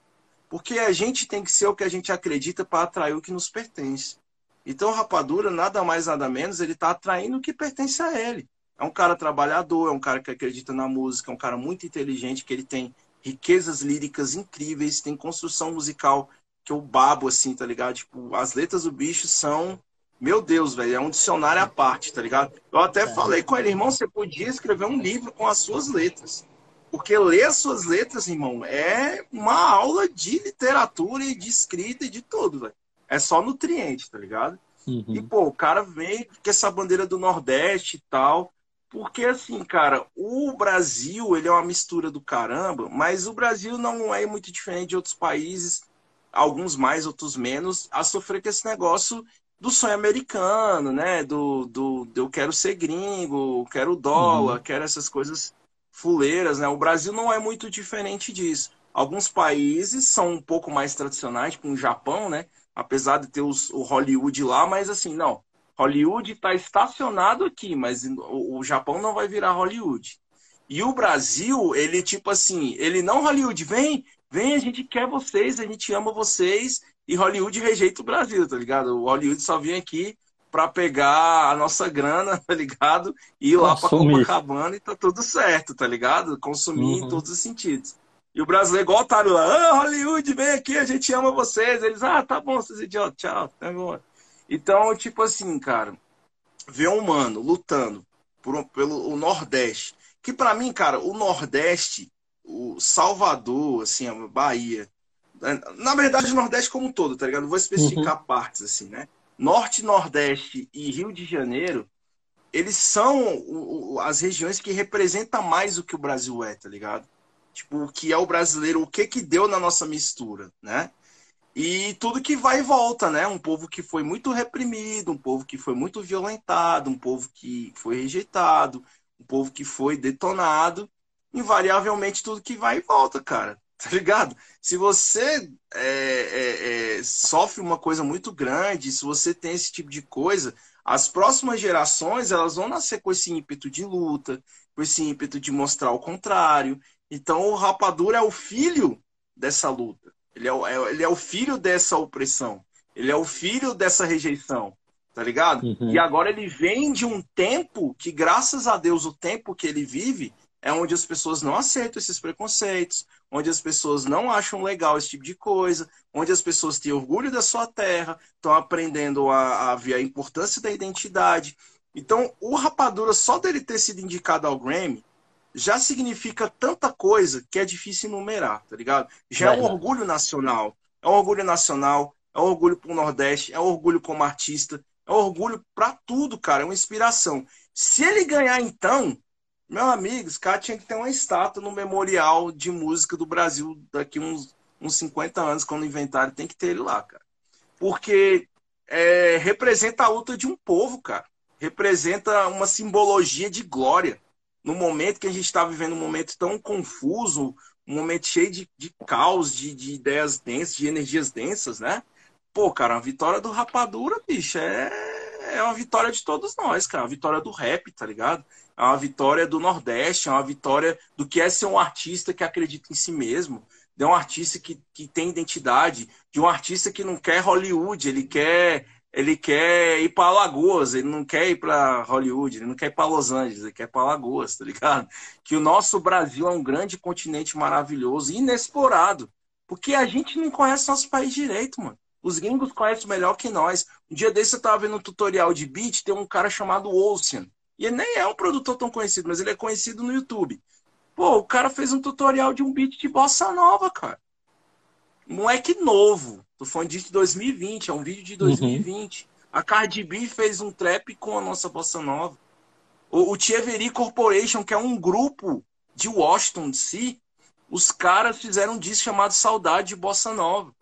B: Porque a gente tem que ser o que a gente acredita para atrair o que nos pertence. Então, Rapadura, nada mais, nada menos, ele está atraindo o que pertence a ele. É um cara trabalhador, é um cara que acredita na música, é um cara muito inteligente, que ele tem riquezas líricas incríveis, tem construção musical que eu babo, assim, tá ligado? Tipo, as letras do bicho são meu Deus, velho, é um dicionário à parte, tá ligado? Eu até é. falei com ele, irmão, você podia escrever um livro com as suas letras. Porque ler as suas letras, irmão, é uma aula de literatura e de escrita e de tudo, velho. É só nutriente, tá ligado? Uhum. E, pô, o cara vem com essa bandeira do Nordeste e tal. Porque, assim, cara, o Brasil, ele é uma mistura do caramba, mas o Brasil não é muito diferente de outros países, alguns mais, outros menos, a sofrer com esse negócio do sonho americano, né? Do, do, do, eu quero ser gringo, quero dólar, uhum. quero essas coisas fuleiras, né? O Brasil não é muito diferente disso. Alguns países são um pouco mais tradicionais, como o Japão, né? Apesar de ter os, o Hollywood lá, mas assim, não. Hollywood está estacionado aqui, mas o, o Japão não vai virar Hollywood. E o Brasil, ele tipo assim, ele não Hollywood, vem, vem, a gente quer vocês, a gente ama vocês, e Hollywood rejeita o Brasil, tá ligado? O Hollywood só vem aqui pra pegar a nossa grana, tá ligado? E ir lá Consumir. pra Copacabana e tá tudo certo, tá ligado? Consumir uhum. em todos os sentidos. E o brasileiro é igual otário lá, ah, Hollywood, vem aqui, a gente ama vocês. Eles, ah, tá bom, vocês idiotas, tchau, tá bom. Então, tipo assim, cara, ver um humano lutando por, um, pelo o Nordeste, que para mim, cara, o Nordeste, o Salvador, assim, a Bahia, na verdade, o Nordeste como um todo, tá ligado? Não vou especificar uhum. partes, assim, né? Norte, Nordeste e Rio de Janeiro, eles são o, o, as regiões que representam mais o que o Brasil é, tá ligado? Tipo, o que é o brasileiro, o que que deu na nossa mistura, né? E tudo que vai e volta, né? Um povo que foi muito reprimido, um povo que foi muito violentado, um povo que foi rejeitado, um povo que foi detonado. Invariavelmente, tudo que vai e volta, cara tá ligado? Se você é, é, é, sofre uma coisa muito grande, se você tem esse tipo de coisa, as próximas gerações elas vão nascer com esse ímpeto de luta, com esse ímpeto de mostrar o contrário. Então o rapadura é o filho dessa luta, ele é, o, ele é o filho dessa opressão, ele é o filho dessa rejeição. Tá ligado? Uhum. E agora ele vem de um tempo que, graças a Deus, o tempo que ele vive é onde as pessoas não aceitam esses preconceitos, onde as pessoas não acham legal esse tipo de coisa, onde as pessoas têm orgulho da sua terra, estão aprendendo a, a ver a importância da identidade. Então, o Rapadura, só dele ter sido indicado ao Grammy, já significa tanta coisa que é difícil enumerar, tá ligado? Já é um orgulho nacional. É um orgulho nacional, é um orgulho pro Nordeste, é um orgulho como artista, é um orgulho para tudo, cara, é uma inspiração. Se ele ganhar, então, meu amigo, esse cara tinha que ter uma estátua no Memorial de Música do Brasil daqui uns, uns 50 anos, quando inventário tem que ter ele lá, cara. Porque é, representa a luta de um povo, cara. Representa uma simbologia de glória. No momento que a gente está vivendo um momento tão confuso, um momento cheio de, de caos, de, de ideias densas, de energias densas, né? Pô, cara, a vitória do Rapadura, bicho, é, é uma vitória de todos nós, cara. A vitória do rap, tá ligado? é uma vitória do Nordeste, é uma vitória do que é ser um artista que acredita em si mesmo, de um artista que, que tem identidade, de um artista que não quer Hollywood, ele quer ele quer ir para Lagoas, ele não quer ir para Hollywood, ele não quer ir para Los Angeles, ele quer ir para Lagoas, tá ligado? Que o nosso Brasil é um grande continente maravilhoso, inexplorado, porque a gente não conhece nosso país direito, mano. Os gringos conhecem melhor que nós. Um dia desse eu tava vendo um tutorial de beat, tem um cara chamado Ocean. E ele nem é um produtor tão conhecido, mas ele é conhecido no YouTube. Pô, o cara fez um tutorial de um beat de bossa nova, cara. Moleque novo. Tô falando de 2020, é um vídeo de 2020. Uhum. A Cardi B fez um trap com a nossa bossa nova. O, o Thievery Corporation, que é um grupo de Washington DC, os caras fizeram um disco chamado Saudade de Bossa Nova.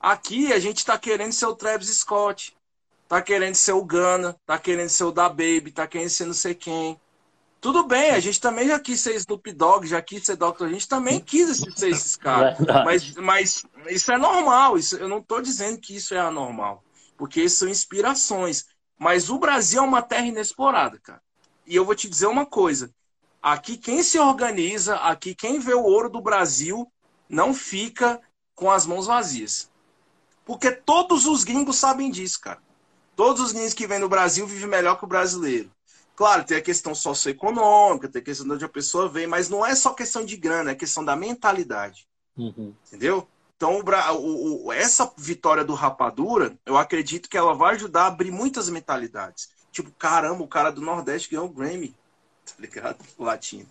B: Aqui a gente tá querendo ser o Travis Scott. tá querendo ser o Gana, tá querendo ser o da Baby, tá querendo ser não sei quem. Tudo bem, a gente também já quis ser Snoop Dogg, já quis ser Dr. A gente também quis ser esses caras.
A: Verdade.
B: Mas, mas isso é normal, isso, eu não tô dizendo que isso é anormal, porque isso são inspirações. Mas o Brasil é uma terra inexplorada, cara. E eu vou te dizer uma coisa: aqui quem se organiza, aqui quem vê o ouro do Brasil, não fica com as mãos vazias. Porque todos os gringos sabem disso, cara. Todos os gringos que vêm no Brasil vivem melhor que o brasileiro. Claro, tem a questão socioeconômica, tem a questão de onde a pessoa vem, mas não é só questão de grana, é questão da mentalidade.
A: Uhum.
B: Entendeu? Então, o Bra- o- o- essa vitória do Rapadura, eu acredito que ela vai ajudar a abrir muitas mentalidades. Tipo, caramba, o cara do Nordeste ganhou o Grammy, tá ligado? Latino.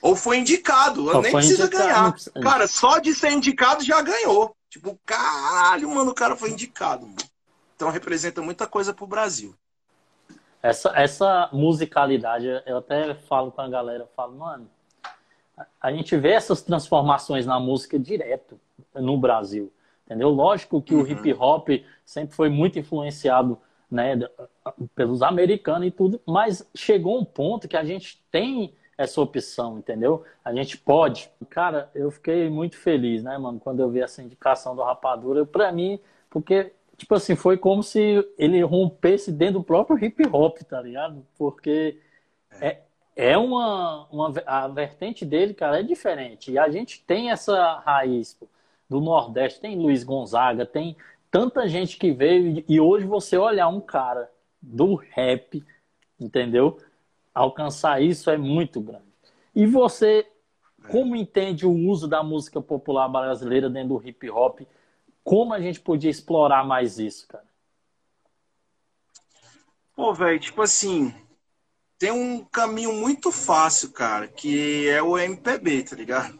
B: Ou foi indicado,
A: Ou
B: nem
A: foi
B: precisa
A: indicado, É. não
B: ganhar.
A: precisa.
B: Cara, só de ser indicado já ganhou. Tipo, caralho, mano, o cara foi indicado, mano. Então representa muita coisa pro Brasil.
A: Essa, essa musicalidade, eu até falo com a galera, eu falo, mano, a- a gente vê essas transformações na música direto no Brasil, entendeu? Lógico que o hip hop sempre foi muito influenciado, né, d- pelos americanos e tudo, mas chegou um ponto que a gente tem essa opção, entendeu? A gente pode. Cara, eu fiquei muito feliz, né, mano, quando eu vi essa indicação do Rapadura, pra mim, porque tipo assim, foi como se ele rompesse dentro do próprio hip hop, tá ligado? Porque é uma, uma ve- a vertente dele, cara, é diferente. E a gente tem essa raiz pô, do Nordeste, tem Luiz Gonzaga, tem tanta gente que veio e- e hoje você olhar um cara do rap, entendeu? Alcançar isso é muito grande. E você, como entende o uso da música popular brasileira dentro do hip hop? Como a gente podia explorar mais isso, cara?
B: Pô, velho, tipo assim, tem um caminho muito fácil, cara, que é o MPB, tá ligado?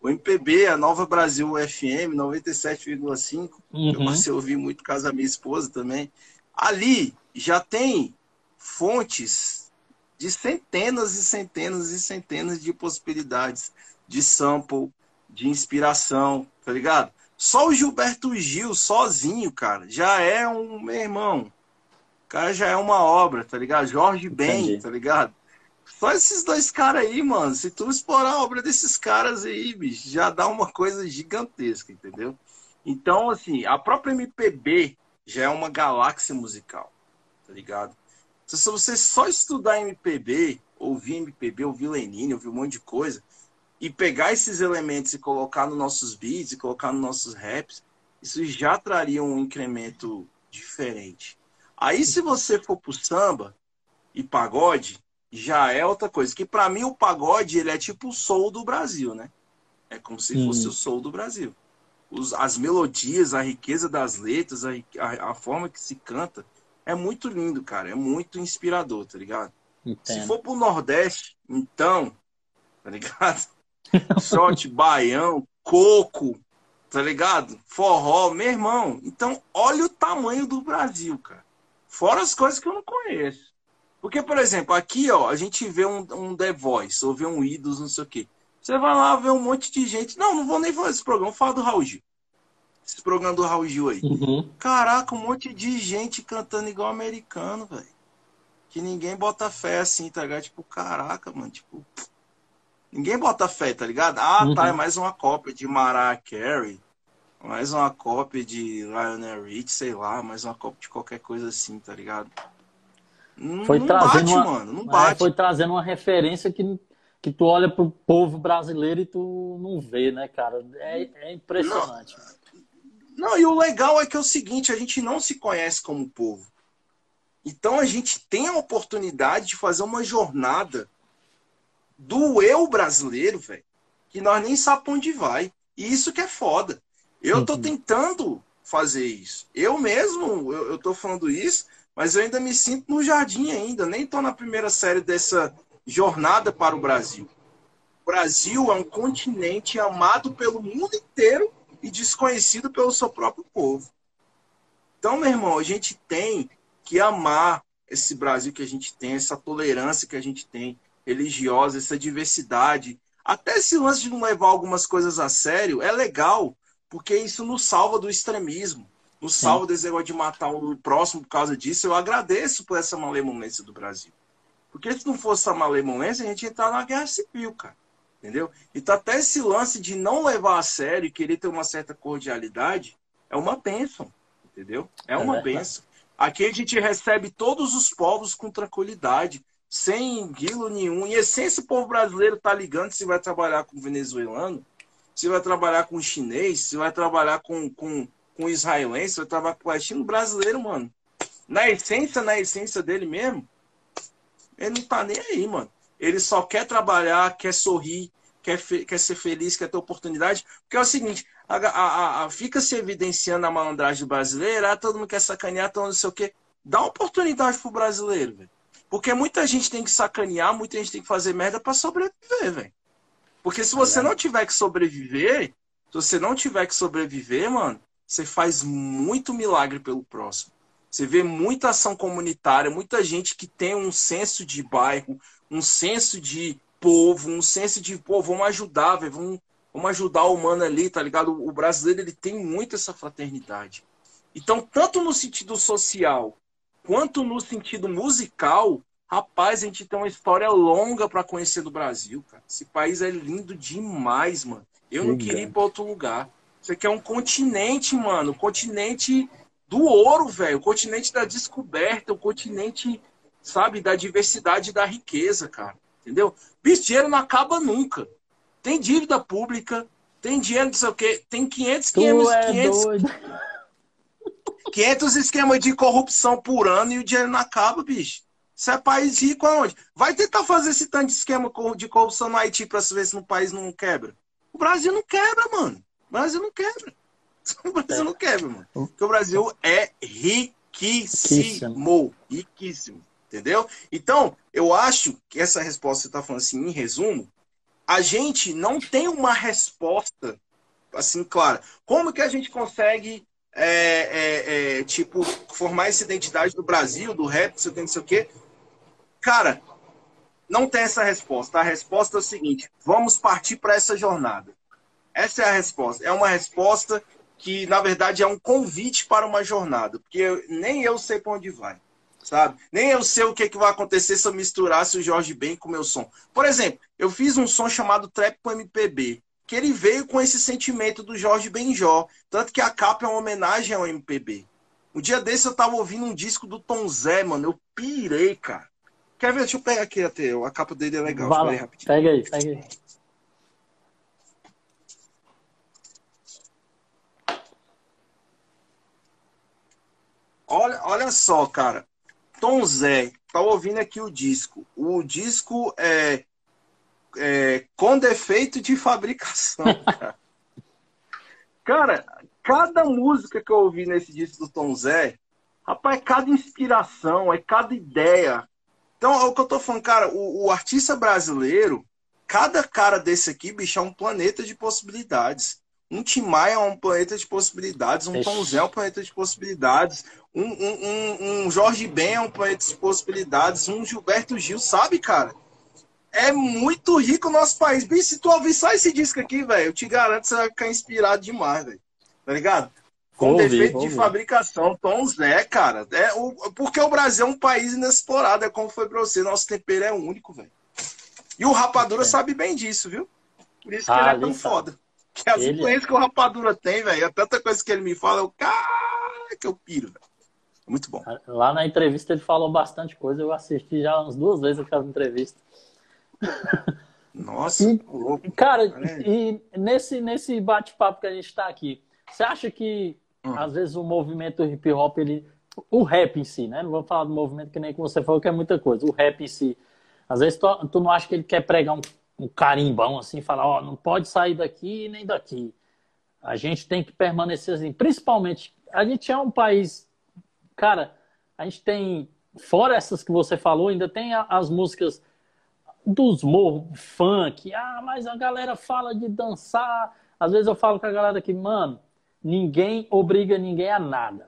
B: O MPB, a Nova Brasil FM 97,5, que eu
A: Uhum.
B: passei a ouvir muito por causa da minha esposa também. Ali já tem fontes de centenas e centenas e centenas de possibilidades de sample, de inspiração, tá ligado? Só o Gilberto Gil sozinho, cara, já é um, meu irmão, o cara já é uma obra, tá ligado? Jorge Ben,
A: Entendi.
B: tá ligado? Só esses dois caras aí, mano. Se tu explorar a obra desses caras aí, bicho, já dá uma coisa gigantesca, entendeu? Então, assim, a própria MPB já é uma galáxia musical, tá ligado? Então, se você só estudar MPB, ouvir MPB, ouvir Lenine, ouvir um monte de coisa, e pegar esses elementos e colocar nos nossos beats, e colocar nos nossos raps, isso já traria um incremento diferente. Aí, se você for pro samba e pagode, já é outra coisa. Que pra mim, o pagode, ele é tipo o soul do Brasil, né? É como se
A: Hum.
B: fosse o soul do Brasil. Os- as melodias, a riqueza das letras, a, ri- a- a forma que se canta, é muito lindo, cara. É muito inspirador, tá ligado? Se
A: Entendo.
B: for pro Nordeste, então, tá ligado? Shot, baião, coco, tá ligado? Forró, meu irmão. Então, olha o tamanho do Brasil, cara. Fora as coisas que eu não conheço. Porque, por exemplo, aqui, ó, a gente vê um, um The Voice, ou vê um Idols, não sei o quê. Você vai lá ver um monte de gente. Não, não vou nem falar desse programa, fala do Raul Gil. Esse programa do Raul Gil aí.
A: Uhum.
B: Caraca, um monte de gente cantando igual americano, velho. Que ninguém bota fé assim, tá ligado? Tipo, caraca, mano, tipo. Ninguém bota fé, tá ligado? Ah,
A: Uhum.
B: tá, é mais uma cópia de Mariah Carey, mais uma cópia de Lionel Rich, sei lá, mais uma cópia de qualquer coisa assim, tá ligado? Não,
A: Foi
B: não
A: trazendo
B: bate,
A: uma-
B: mano, não
A: É,
B: bate.
A: foi trazendo uma referência que, que tu olha pro povo brasileiro e tu não vê, né, cara? É, é impressionante.
B: Não, e o legal é que é o seguinte, a gente não se conhece como povo. Então a gente tem a oportunidade de fazer uma jornada do eu brasileiro, velho, que nós nem sabemos pra onde vai. E isso que é foda. Eu tô
A: Uhum.
B: tentando fazer isso. Eu mesmo, eu, eu tô falando isso, mas eu ainda me sinto no jardim ainda. Nem tô na primeira série dessa jornada para o Brasil. O Brasil é um continente amado pelo mundo inteiro e desconhecido pelo seu próprio povo. Então, meu irmão, a gente tem que amar esse Brasil que a gente tem, essa tolerância que a gente tem, religiosa, essa diversidade. Até esse lance de não levar algumas coisas a sério é legal, porque isso nos salva do extremismo. No salvo desse negócio de matar o próximo por causa disso, eu agradeço por essa malemolência do Brasil. Porque se não fosse a malemolência, a gente ia estar na guerra civil, cara. Entendeu? Então, até esse lance de não levar a sério e querer ter uma certa cordialidade é uma bênção, entendeu? É uma é bênção. Aqui a gente recebe todos os povos com tranquilidade, sem guilo nenhum. Em essência, o povo brasileiro tá ligando se vai trabalhar com venezuelano, se vai trabalhar com chinês, se vai trabalhar com, com, com israelense, se vai trabalhar com palestino brasileiro, mano. Na essência, na essência dele mesmo, ele não tá nem aí, mano. Ele só quer trabalhar, quer sorrir, quer, quer ser feliz, quer ter oportunidade. Porque é o seguinte, a, a, a, fica se evidenciando a malandragem brasileira, ah, todo mundo quer sacanear, todo mundo não sei o quê. Dá oportunidade pro brasileiro, velho. Porque muita gente tem que sacanear, muita gente tem que fazer merda para sobreviver, velho. Porque se você não tiver que sobreviver, se você não tiver que sobreviver, mano, você faz muito milagre pelo próximo. Você vê muita ação comunitária, muita gente que tem um senso de bairro, um senso de povo, um senso de, pô, vamos ajudar, velho, vamos, vamos ajudar o humano ali, tá ligado? O brasileiro, ele tem muito essa fraternidade. Então, tanto no sentido social, quanto no sentido musical, rapaz, a gente tem uma história longa para conhecer do Brasil, cara. Esse país é lindo demais, mano. Eu Liga. não queria ir pra outro lugar. Isso aqui é um continente, mano. O continente do ouro, velho. O continente da descoberta, o continente, sabe, da diversidade e da riqueza, cara entendeu? Bicho, dinheiro não acaba nunca. Tem dívida pública, tem dinheiro, não sei o quê, tem 500, 500, é 500, doido. 500 esquemas de corrupção por ano e o dinheiro não acaba, bicho. Isso é país rico aonde? Vai tentar fazer esse tanto de esquema de corrupção no Haiti pra ver se no país não quebra. O Brasil não quebra, mano. O Brasil não quebra. O Brasil não quebra, mano. Porque o Brasil é riquíssimo. Riquíssimo entendeu? Então, eu acho que essa resposta que você está falando assim, em resumo, a gente não tem uma resposta assim clara. Como que a gente consegue, é, é, é, tipo, formar essa identidade do Brasil, do rap, não sei o que, não sei o quê? Cara, não tem essa resposta. A resposta é o seguinte: vamos partir para essa jornada. Essa é a resposta. É uma resposta que, na verdade, é um convite para uma jornada, porque eu, nem eu sei para onde vai sabe? Nem eu sei o que, que vai acontecer se eu misturasse o Jorge Ben com o meu som. Por exemplo, eu fiz um som chamado Trap com MPB, que ele veio com esse sentimento do Jorge Benjó, tanto que a capa é uma homenagem ao MPB. Um dia desse eu tava ouvindo um disco do Tom Zé, mano, eu pirei, cara. Quer ver? Deixa eu pegar aqui até, a capa dele é legal.
A: Vai lá, pega aí, pega aí.
B: Olha, olha só, cara. Tom Zé, tá ouvindo aqui o disco. O disco é, é com defeito de fabricação, cara. cara. cada música que eu ouvi nesse disco do Tom Zé, rapaz, é cada inspiração, é cada ideia. Então, é o que eu tô falando, cara, o, o artista brasileiro, cada cara desse aqui, bicho, é um planeta de possibilidades. Um Timaya é um planeta de possibilidades, um Tom Zé é um planeta de possibilidades, um, um, um, um Jorge Ben é um planeta de possibilidades, um Gilberto Gil, sabe, cara? É muito rico o nosso país. Bem, se tu ouvir só esse disco aqui, velho, eu te garanto que você vai ficar inspirado demais, velho. Tá ligado? Com ouvi, defeito ouvi. de fabricação, Tom Zé, cara. É o, porque o Brasil é um país inexplorado, é como foi pra você. Nosso tempero é único, velho. E o Rapadura é. sabe bem disso, viu? Por isso que ah, ele é tão sabe. foda. Que as ele... é. influências que o Rapadura tem, velho. É tanta coisa que ele me fala, eu, cara, que eu piro, velho. É muito bom.
A: Lá na entrevista ele falou bastante coisa, eu assisti já umas duas vezes aquela entrevista.
B: Nossa,
A: e, cara, cara, e nesse, nesse bate-papo que a gente está aqui, você acha que hum. às vezes o movimento hip hop, ele. O rap em si, né? Não vou falar do movimento que nem que você falou, que é muita coisa. O rap em si. Às vezes tu, tu não acha que ele quer pregar um um carimbão assim, falar, ó, não pode sair daqui nem daqui. A gente tem que permanecer assim. Principalmente, a gente é um país, cara, a gente tem, fora essas que você falou, ainda tem as músicas dos morros, funk, ah, mas a galera fala de dançar. Às vezes eu falo com a galera aqui, mano, ninguém obriga ninguém a nada.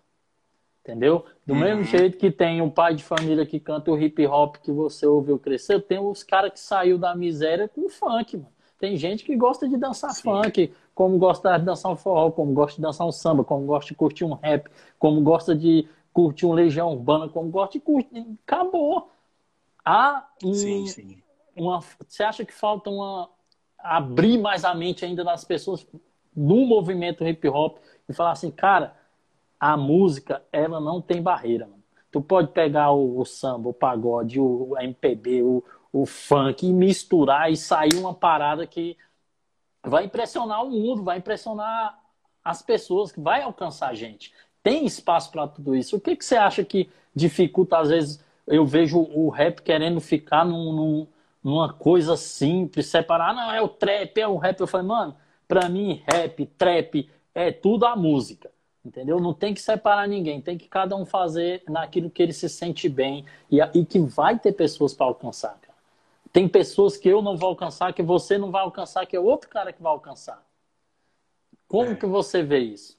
A: Entendeu? Do uhum. mesmo jeito que tem um pai de família que canta o hip hop que você ouviu crescer, tem os caras que saiu da miséria com funk, mano. Tem gente que gosta de dançar Sim. funk, como gosta de dançar um forró, como gosta de dançar um samba, como gosta de curtir um rap, como gosta de curtir um legião urbana, como gosta de curtir. Acabou. Há um,
B: Sim, sim.
A: uma. Você acha que falta uma. abrir mais a mente ainda das pessoas no movimento hip hop e falar assim, cara, a música, ela não tem barreira, mano. Tu pode pegar o, o samba, o pagode, o, o MPB, o, o funk e misturar e sair uma parada que vai impressionar o mundo, vai impressionar as pessoas, que vai alcançar a gente. Tem espaço para tudo isso. O que, que você acha que dificulta? Às vezes eu vejo o rap querendo ficar num- num- numa coisa simples, separar. Não, é o trap, é o rap. Eu falei, mano, pra mim, rap, trap, é tudo a música. Entendeu? Não tem que separar ninguém, tem que cada um fazer naquilo que ele se sente bem e, a- e que vai ter pessoas para alcançar, cara. Tem pessoas que eu não vou alcançar, que você não vai alcançar, que é outro cara que vai alcançar. Como
B: É.
A: que você vê isso?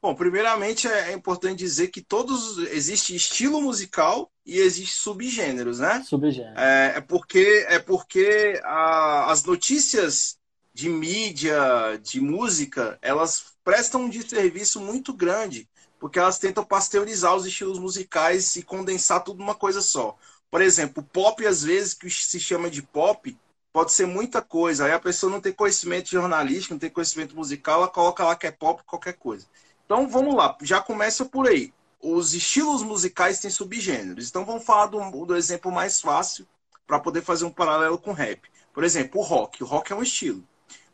B: Bom, primeiramente é é importante dizer que todos existe estilo musical e existe subgêneros, né?
A: Subgênero.
B: É, é porque é porque a- as notícias de mídia, de música, elas prestam um desserviço muito grande, porque elas tentam pasteurizar os estilos musicais e condensar tudo numa coisa só. Por exemplo, o pop, às vezes, que se chama de pop, pode ser muita coisa. Aí a pessoa não tem conhecimento jornalístico, não tem conhecimento musical, ela coloca lá que é pop qualquer coisa. Então vamos lá, já começa por aí os estilos musicais têm subgêneros. Então vamos falar do, do exemplo mais fácil para poder fazer um paralelo com o rap. Por exemplo, o rock. O rock é um estilo.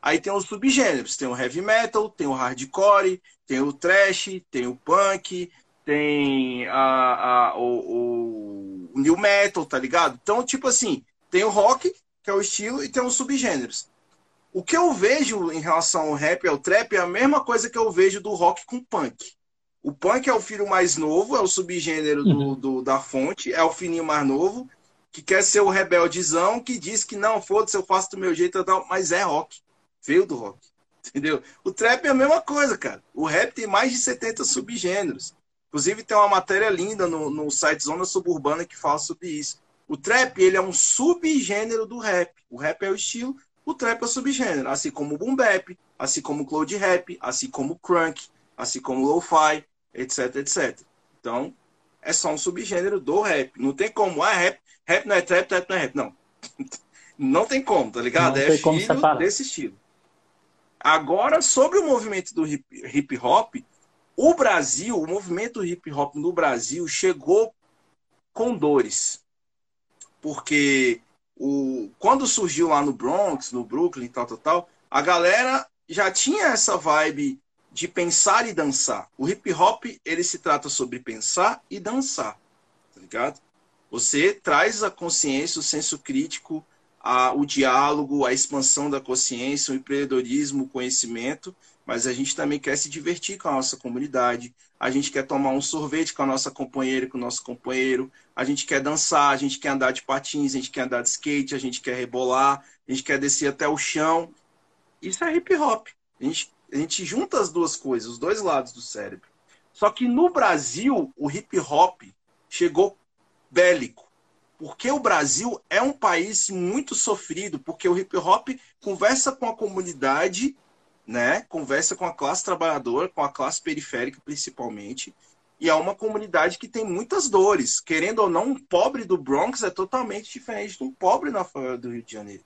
B: Aí tem os subgêneros, tem o heavy metal, tem o hardcore, tem o thrash, tem o punk, tem a, a- o, o new metal, tá ligado? Então, tipo assim, tem o rock, que é o estilo, e tem os subgêneros. O que eu vejo em relação ao rap e ao trap é a mesma coisa que eu vejo do rock com punk. O punk é o filho mais novo, é o subgênero do-
A: Uhum.
B: do- da fonte, é o fininho mais novo, que quer ser o rebeldezão, que diz que não, foda-se, eu faço do meu jeito, eu tal, mas é rock. Veio do rock. Entendeu? O trap é a mesma coisa, cara. O rap tem mais de 70 subgêneros. Inclusive, tem uma matéria linda no, no site Zona Suburbana que fala sobre isso. O trap, ele é um subgênero do rap. O rap é o estilo, o trap é o subgênero. Assim como o boom bap, assim como o cloud rap, assim como o crunk, assim como o lo-fi, etc, etc. Então, é só um subgênero do rap. Não tem como, ah, rap, rap não é trap, trap não é rap. Não. Não tem como, tá ligado?
A: Não
B: é
A: tem como
B: filho
A: separar.
B: desse estilo. Agora, sobre o movimento do hip, hip hop, o Brasil, o movimento hip hop no Brasil chegou com dores. Porque o, quando surgiu lá no Bronx, no Brooklyn, tal, tal, tal, a galera já tinha essa vibe de pensar e dançar. O hip hop, ele se trata sobre pensar e dançar, tá ligado? Você traz a consciência, o senso crítico, a- o diálogo, a expansão da consciência, o empreendedorismo, o conhecimento, mas a gente também quer se divertir com a nossa comunidade, a gente quer tomar um sorvete com a nossa companheira, e com o nosso companheiro, a gente quer dançar, a gente quer andar de patins, a gente quer andar de skate, a gente quer rebolar, a gente quer descer até o chão. Isso é hip hop. A gente, a gente junta as duas coisas, os dois lados do cérebro. Só que no Brasil, o hip hop chegou bélico. Porque o Brasil é um país muito sofrido, porque o hip hop conversa com a comunidade, né? Conversa com a classe trabalhadora, com a classe periférica principalmente, e é uma comunidade que tem muitas dores. Querendo ou não, um pobre do Bronx é totalmente diferente de um pobre na favela do Rio de Janeiro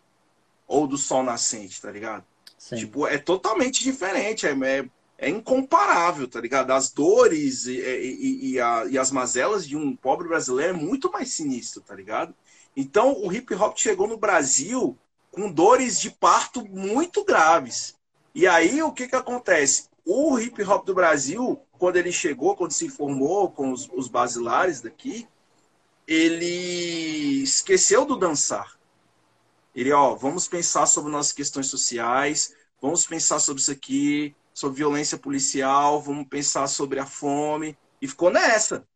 B: ou do Sol Nascente, tá ligado?
A: Sim.
B: Tipo, é totalmente diferente, é, é, é incomparável, tá ligado? As dores e, e- e a- e as mazelas de um pobre brasileiro é muito mais sinistro, tá ligado? Então, o hip hop chegou no Brasil com dores de parto muito graves. E aí, o que que acontece? O hip hop do Brasil, quando ele chegou, quando se formou com os, os basilares daqui, ele esqueceu do dançar. Ele, ó, vamos pensar sobre nossas questões sociais, vamos pensar sobre isso aqui, sobre violência policial, vamos pensar sobre a fome. E ficou nessa,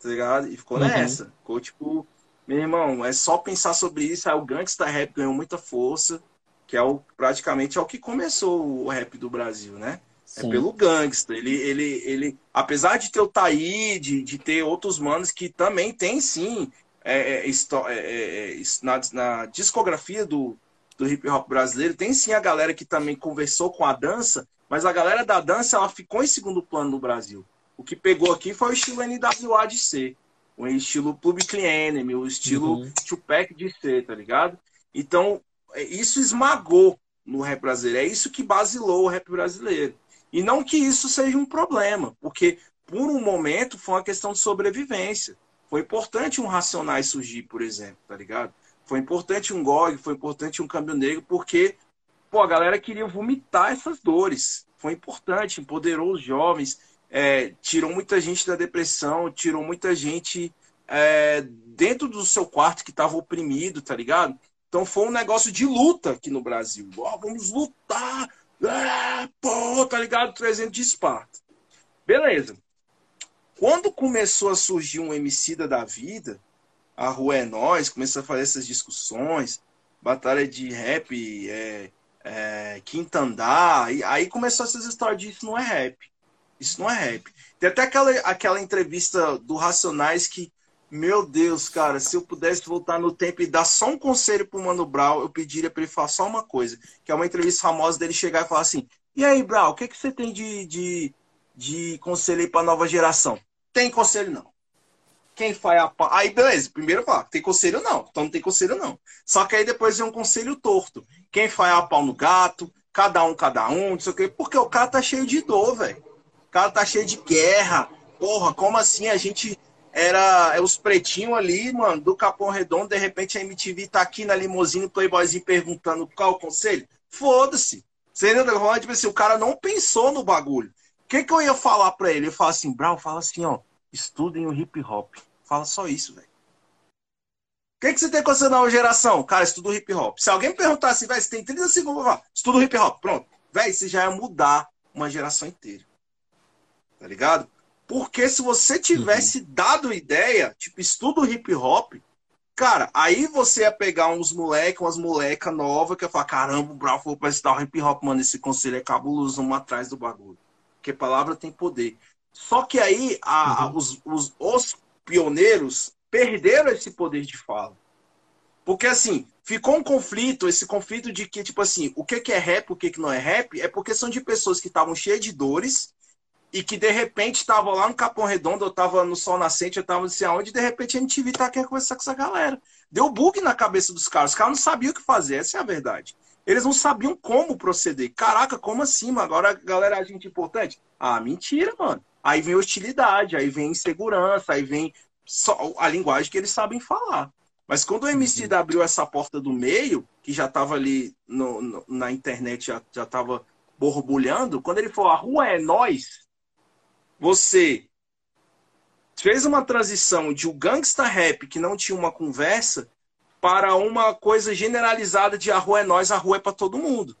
B: tá ligado? E ficou
A: Uhum.
B: nessa. Ficou tipo, meu irmão, é só pensar sobre isso. Aí o gangsta rap ganhou muita força, que é o, praticamente é o que começou o rap do Brasil, né? É
A: Sim.
B: pelo gangsta. Ele, ele, ele, apesar de ter o Taí, de, de ter outros manos que também tem sim é, é, histó- é, é, é, na, na discografia do, do hip hop brasileiro. Tem sim a galera que também conversou com a dança, mas a galera da dança ela ficou em segundo plano no Brasil. O que pegou aqui foi o estilo NWA de ser, o estilo Public Enemy, o estilo uhum. Tupac de ser, tá ligado? Então, isso esmagou no rap brasileiro. É isso que basilou o rap brasileiro. E não que isso seja um problema, porque por um momento foi uma questão de sobrevivência. Foi importante um Racionais surgir, por exemplo, tá ligado? Foi importante um GOG, foi importante um Câmbio Negro, porque pô, a galera queria vomitar essas dores. Foi importante, empoderou os jovens, é, tirou muita gente da depressão, tirou muita gente é, dentro do seu quarto que estava oprimido, tá ligado? Então foi um negócio de luta aqui no Brasil. Ó, oh, vamos lutar! Ah, pô, tá ligado? 300 de Esparta. Beleza. Quando começou a surgir um MC da vida, a Rua é Nós, começou a fazer essas discussões, batalha de rap, é, é, quinta andar, e aí começou essas histórias de isso não é rap. Isso não é rap. Tem até aquela, aquela entrevista do Racionais que meu Deus, cara, se eu pudesse voltar no tempo e dar só um conselho pro Mano Brown, eu pediria pra ele falar só uma coisa, que é uma entrevista famosa dele chegar e falar assim, e aí, Brown, o que, é que você tem de, de, de conselho aí pra nova geração? Tem conselho não. Quem faz a... Aí, beleza, primeiro fala, tem conselho não, então não tem conselho não. Só que aí depois vem um conselho torto. Quem faz a pau no gato, cada um, cada um, não sei o quê, porque o cara tá cheio de dor, velho. O cara tá cheio de guerra. Porra, como assim a gente era é os pretinhos ali, mano, do Capão Redondo, de repente a MTV tá aqui na limusine, Playboyzinho perguntando qual o conselho. Foda-se. Você entendeu? Tipo assim, o cara não pensou no bagulho. O que, que eu ia falar pra ele? Eu falo assim, Brau, fala assim, ó, estudem o hip hop. Fala só isso, velho. O que, que você tem com essa nova geração? Cara, estuda o hip hop. Se alguém perguntar assim, velho, você tem 30 segundos pra falar, estuda o hip hop. Pronto. Velho, você já ia mudar uma geração inteira. Tá ligado? Porque se você tivesse uhum. dado ideia, tipo, estudo hip hop, cara, aí você ia pegar uns moleques, umas moleca nova que ia falar, caramba, o Brau falou pra estudar o hip hop, mano, esse conselho é cabuloso, vamos atrás do bagulho. Porque palavra tem poder. Só que aí a, uhum. a, os, os, os pioneiros perderam esse poder de fala. Porque assim, ficou um conflito, esse conflito de que, tipo assim, o que, que é rap, o que, que não é rap, é porque são de pessoas que estavam cheias de dores, e que de repente estava lá no Capão Redondo, eu estava no Sol Nascente, eu estava não sei aonde, e de repente a MTV tá querendo conversar com essa galera. Deu bug na cabeça dos caras, os caras não sabiam o que fazer, essa é a verdade. Eles não sabiam como proceder. Caraca, como assim, mano? Agora a galera é gente importante? Ah, mentira, mano. Aí vem hostilidade, aí vem insegurança, aí vem só a linguagem que eles sabem falar. Mas quando o MC uhum. abriu essa porta do meio, que já estava ali no, no, na internet, já, já tava borbulhando, quando ele falou, a rua é nós, você fez uma transição de o um gangsta rap que não tinha uma conversa para uma coisa generalizada de a rua é nós, a rua é para todo mundo.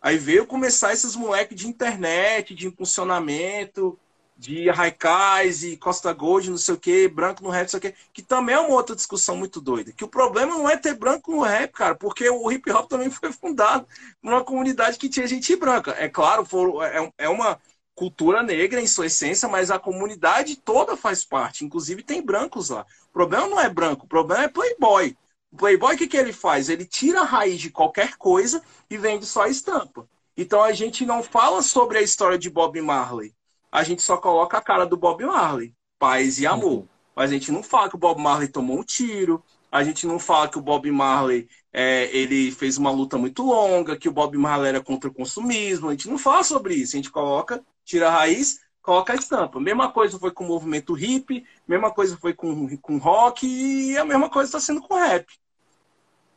B: Aí veio começar esses moleques de internet, de impulsionamento, de Raikais e Costa Gold, não sei o que, branco no rap, não sei o que, que também é uma outra discussão muito doida. Que o problema não é ter branco no rap, cara, porque o hip hop também foi fundado numa comunidade que tinha gente branca. É claro, for, é, é uma cultura negra em sua essência, mas a comunidade toda faz parte. Inclusive tem brancos lá. O problema não é branco, o problema é playboy. O playboy, o que, que ele faz? Ele tira a raiz de qualquer coisa e vende só a estampa. Então a gente não fala sobre a história de Bob Marley. A gente só coloca a cara do Bob Marley. Paz e amor. Uhum. Mas a gente não fala que o Bob Marley tomou um tiro. A gente não fala que o Bob Marley é, ele fez uma luta muito longa, que o Bob Marley era contra o consumismo. A gente não fala sobre isso. A gente coloca tira a raiz, coloca a estampa. Mesma coisa foi com o movimento hip, mesma coisa foi com, com rock e a mesma coisa está sendo com rap.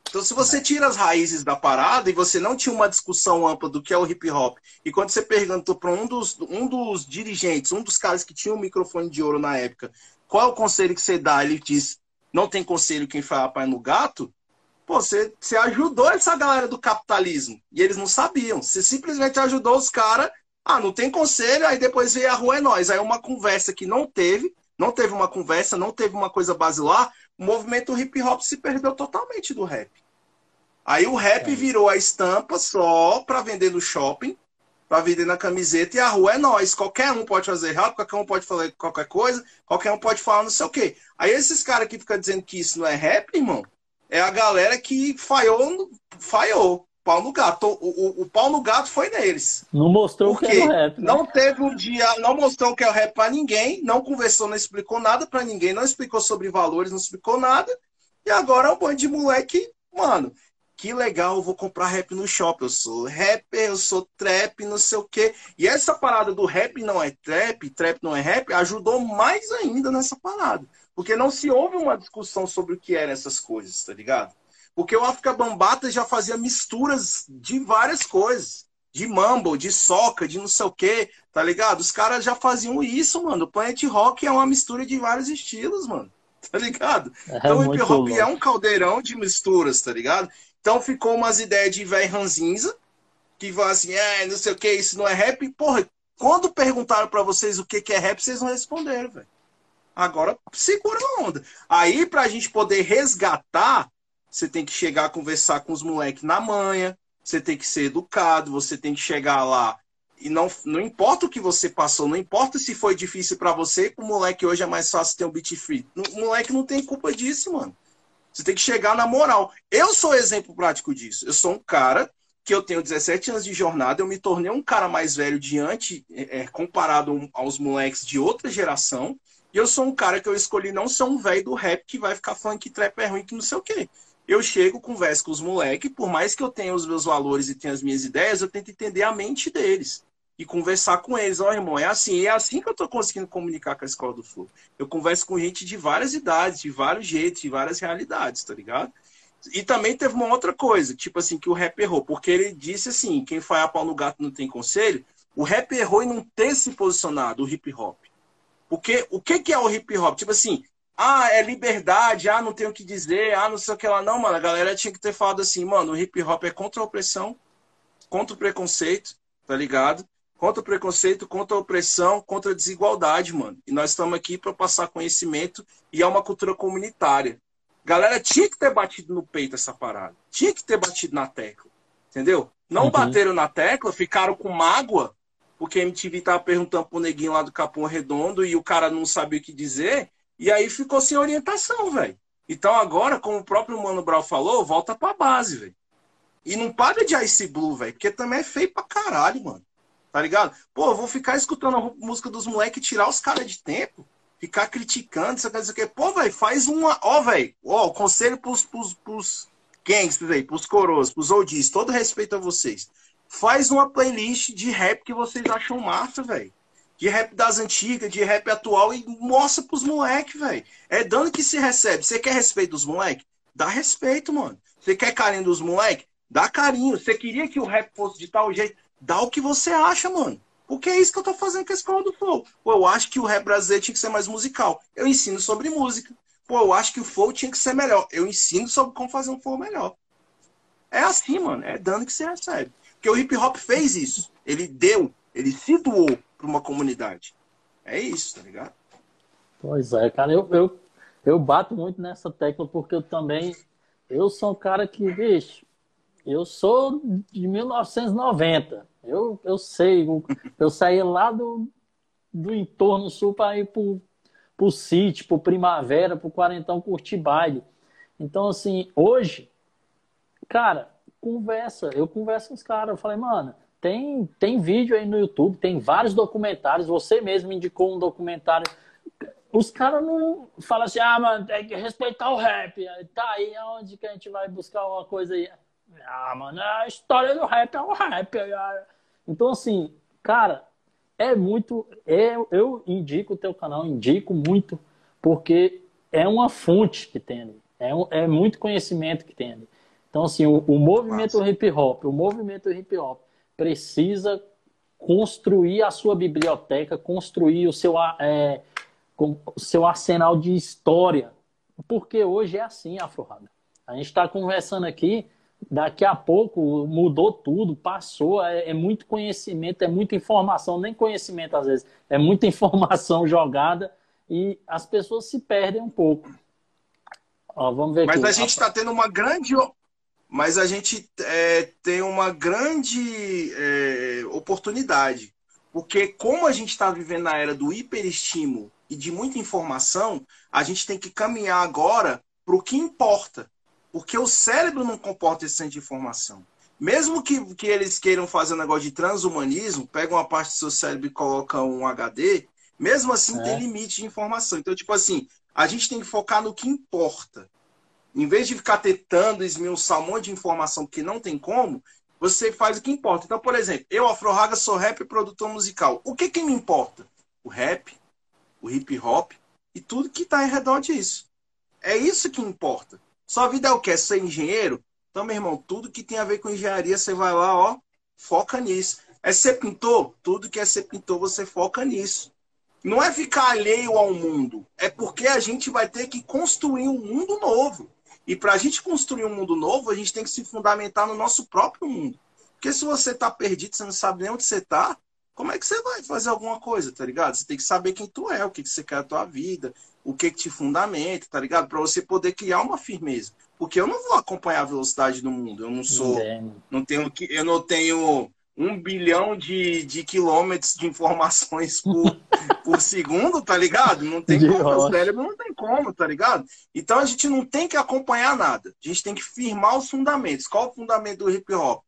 B: Então, se você tira as raízes da parada e você não tinha uma discussão ampla do que é o hip hop, e quando você perguntou para um dos, um dos dirigentes, um dos caras que tinha um microfone de ouro na época, qual é o conselho que você dá? Ele diz: não tem conselho quem fala pai no gato. Pô, você, você ajudou essa galera do capitalismo. E eles não sabiam. Você simplesmente ajudou os caras ah, não tem conselho, aí depois veio a rua é nós. Aí uma conversa que não teve, não teve uma conversa, não teve uma coisa basilar, o movimento hip hop se perdeu totalmente do rap. Aí o rap é. virou a estampa só para vender no shopping, para vender na camiseta, e a rua é nós. Qualquer um pode fazer rap, qualquer um pode falar qualquer coisa, qualquer um pode falar não sei o quê. Aí esses caras que ficam dizendo que isso não é rap, irmão, é a galera que falhou, falhou. Pau no gato. O, o, o pau no gato foi neles.
A: Não mostrou o que é o rap. Né?
B: Não teve um dia, não mostrou o que é o rap pra ninguém, não conversou, não explicou nada pra ninguém, não explicou sobre valores, não explicou nada. E agora é um bando de moleque, mano. Que legal, eu vou comprar rap no shopping. Eu sou rapper, eu sou trap, não sei o quê. E essa parada do rap não é trap, trap não é rap, ajudou mais ainda nessa parada. Porque não se houve uma discussão sobre o que eram essas coisas, tá ligado? Porque o África Bambata já fazia misturas de várias coisas. De mumble, de soca, de não sei o quê, tá ligado? Os caras já faziam isso, mano. O Planet Rock é uma mistura de vários estilos, mano. Tá ligado? É então o hip hop louco. é um caldeirão de misturas, tá ligado? Então ficou umas ideias de velho ranzinza, que vão assim, é, não sei o que, isso não é rap. Porra, quando perguntaram para vocês o que, que é rap, vocês não responderam, velho. Agora segura a onda. Aí, pra gente poder resgatar, você tem que chegar a conversar com os moleques na manhã, você tem que ser educado, você tem que chegar lá. E não, não importa o que você passou, não importa se foi difícil para você, pro moleque hoje é mais fácil ter um beat free. O moleque não tem culpa disso, mano. Você tem que chegar na moral. Eu sou exemplo prático disso. Eu sou um cara que eu tenho 17 anos de jornada, eu me tornei um cara mais velho diante, é, comparado aos moleques de outra geração. E eu sou um cara que eu escolhi não ser um velho do rap que vai ficar falando que trap é ruim, que não sei o quê. Eu chego, converso com os moleques, por mais que eu tenha os meus valores e tenha as minhas ideias, eu tento entender a mente deles e conversar com eles. Ó, oh, irmão, é assim, e é assim que eu tô conseguindo comunicar com a escola do Flow. Eu converso com gente de várias idades, de vários jeitos, de várias realidades, tá ligado? E também teve uma outra coisa, tipo assim, que o rap errou, porque ele disse assim: quem faz a pau no gato não tem conselho. O rap errou em não ter se posicionado, o hip hop. Porque o que, que é o hip hop? Tipo assim, ah, é liberdade, ah, não tem o que dizer, ah, não sei o que lá. Não, mano, a galera tinha que ter falado assim, mano, o hip hop é contra a opressão, contra o preconceito, tá ligado? contra o preconceito, contra a opressão, contra a desigualdade, mano. E nós estamos aqui para passar conhecimento e é uma cultura comunitária. Galera, tinha que ter batido no peito essa parada. Tinha que ter batido na tecla. Entendeu? Não uhum. bateram na tecla, ficaram com mágoa, porque a MTV tava perguntando pro neguinho lá do Capão Redondo e o cara não sabia o que dizer, e aí ficou sem orientação, velho. Então agora, como o próprio Mano Brown falou, volta pra base, velho. E não para de Ice Blue, velho, porque também é feio pra caralho, mano tá ligado? Pô, vou ficar escutando a música dos moleques, tirar os caras de tempo, ficar criticando, isso aqui, isso aqui. Pô, velho, faz uma. Ó, velho, ó, conselho pros, pros, pros gangsters aí, pros coroas, pros oldies, todo respeito a vocês. Faz uma playlist de rap que vocês acham massa, velho. De rap das antigas, de rap atual e mostra pros moleques, velho. É dando que se recebe. Você quer respeito dos moleques? Dá respeito, mano. Você quer carinho dos moleques? Dá carinho. Você queria que o rap fosse de tal jeito? dá o que você acha, mano. Porque é isso que eu tô fazendo com a escola do Flow. Pô, eu acho que o rap brasileiro tinha que ser mais musical. Eu ensino sobre música. Pô, eu acho que o Flow tinha que ser melhor. Eu ensino sobre como fazer um Flow melhor. É assim, mano. É dando que você recebe. Porque o hip hop fez isso. Ele deu, ele se doou pra uma comunidade. É isso, tá ligado?
A: Pois é, cara. Eu, eu, eu bato muito nessa tecla porque eu também. Eu sou um cara que, bicho, eu sou de 1990. Eu, eu sei, eu, eu saí lá do, do entorno sul para ir pro, pro sítio, pro primavera, pro quarentão curtir baile. Então, assim, hoje, cara, conversa. Eu converso com os caras. Eu falei, mano, tem, tem vídeo aí no YouTube, tem vários documentários. Você mesmo indicou um documentário. Os caras não falam assim, ah, mano, tem que respeitar o rap. Tá aí onde que a gente vai buscar uma coisa aí. Ah, mano, a história do rap é o um rap. Então, assim, cara, é muito. Eu, eu indico o teu canal, indico muito, porque é uma fonte que tem ali. É, um, é muito conhecimento que tem ali. Então, assim, o, o movimento Nossa. hip hop, o movimento hip hop precisa construir a sua biblioteca, construir o seu, é, o seu arsenal de história. Porque hoje é assim, Afrohada. A gente está conversando aqui daqui a pouco mudou tudo, passou, é, é, muito conhecimento, é muita informação, nem conhecimento às vezes, é muita informação jogada e as pessoas se perdem um pouco. Ó, vamos ver
B: Mas
A: aqui,
B: a gente tá está tendo uma grande. Mas a gente é, tem uma grande é, oportunidade. Porque como a gente está vivendo na era do hiperestímulo e de muita informação, a gente tem que caminhar agora para o que importa Porque o cérebro não comporta esse centro de informação. Mesmo que, que eles queiram fazer um negócio de transhumanismo, pegam uma parte do seu cérebro e colocam um HD, mesmo assim é. tem limite de informação. Então, tipo assim, a gente tem que focar no que importa. Em vez de ficar tentando esmiuçar um monte de informação que não tem como, você faz o que importa. Então, por exemplo, eu, Afrohaga, sou rap e produtor musical. O que que me importa? O rap, o hip hop e tudo que está em redor disso. É isso que importa. Sua vida é o quê? Ser engenheiro? Então, meu irmão, tudo que tem a ver com engenharia, você vai lá, ó, foca nisso. É ser pintor? Tudo que é ser pintor, você foca nisso. Não é ficar alheio ao mundo, é porque a gente vai ter que construir um mundo novo. E para a gente construir um mundo novo, a gente tem que se fundamentar no nosso próprio mundo. Porque se você tá perdido, você não sabe nem onde você tá, como é que você vai fazer alguma coisa, tá ligado? Você tem que saber quem tu é, o que, que você quer a tua vida, o que, que te fundamenta, tá ligado? Para você poder criar uma firmeza. Porque eu não vou acompanhar a velocidade do mundo, eu não sou,
A: É,
B: Entendo. não tenho que, eu não tenho um bilhão de, de quilômetros de informações por, por segundo, tá ligado? Não tem de como, rocha. o cérebro não tem como, tá ligado? Então a gente não tem que acompanhar nada. A gente tem que firmar os fundamentos. Qual é o fundamento do hip hop?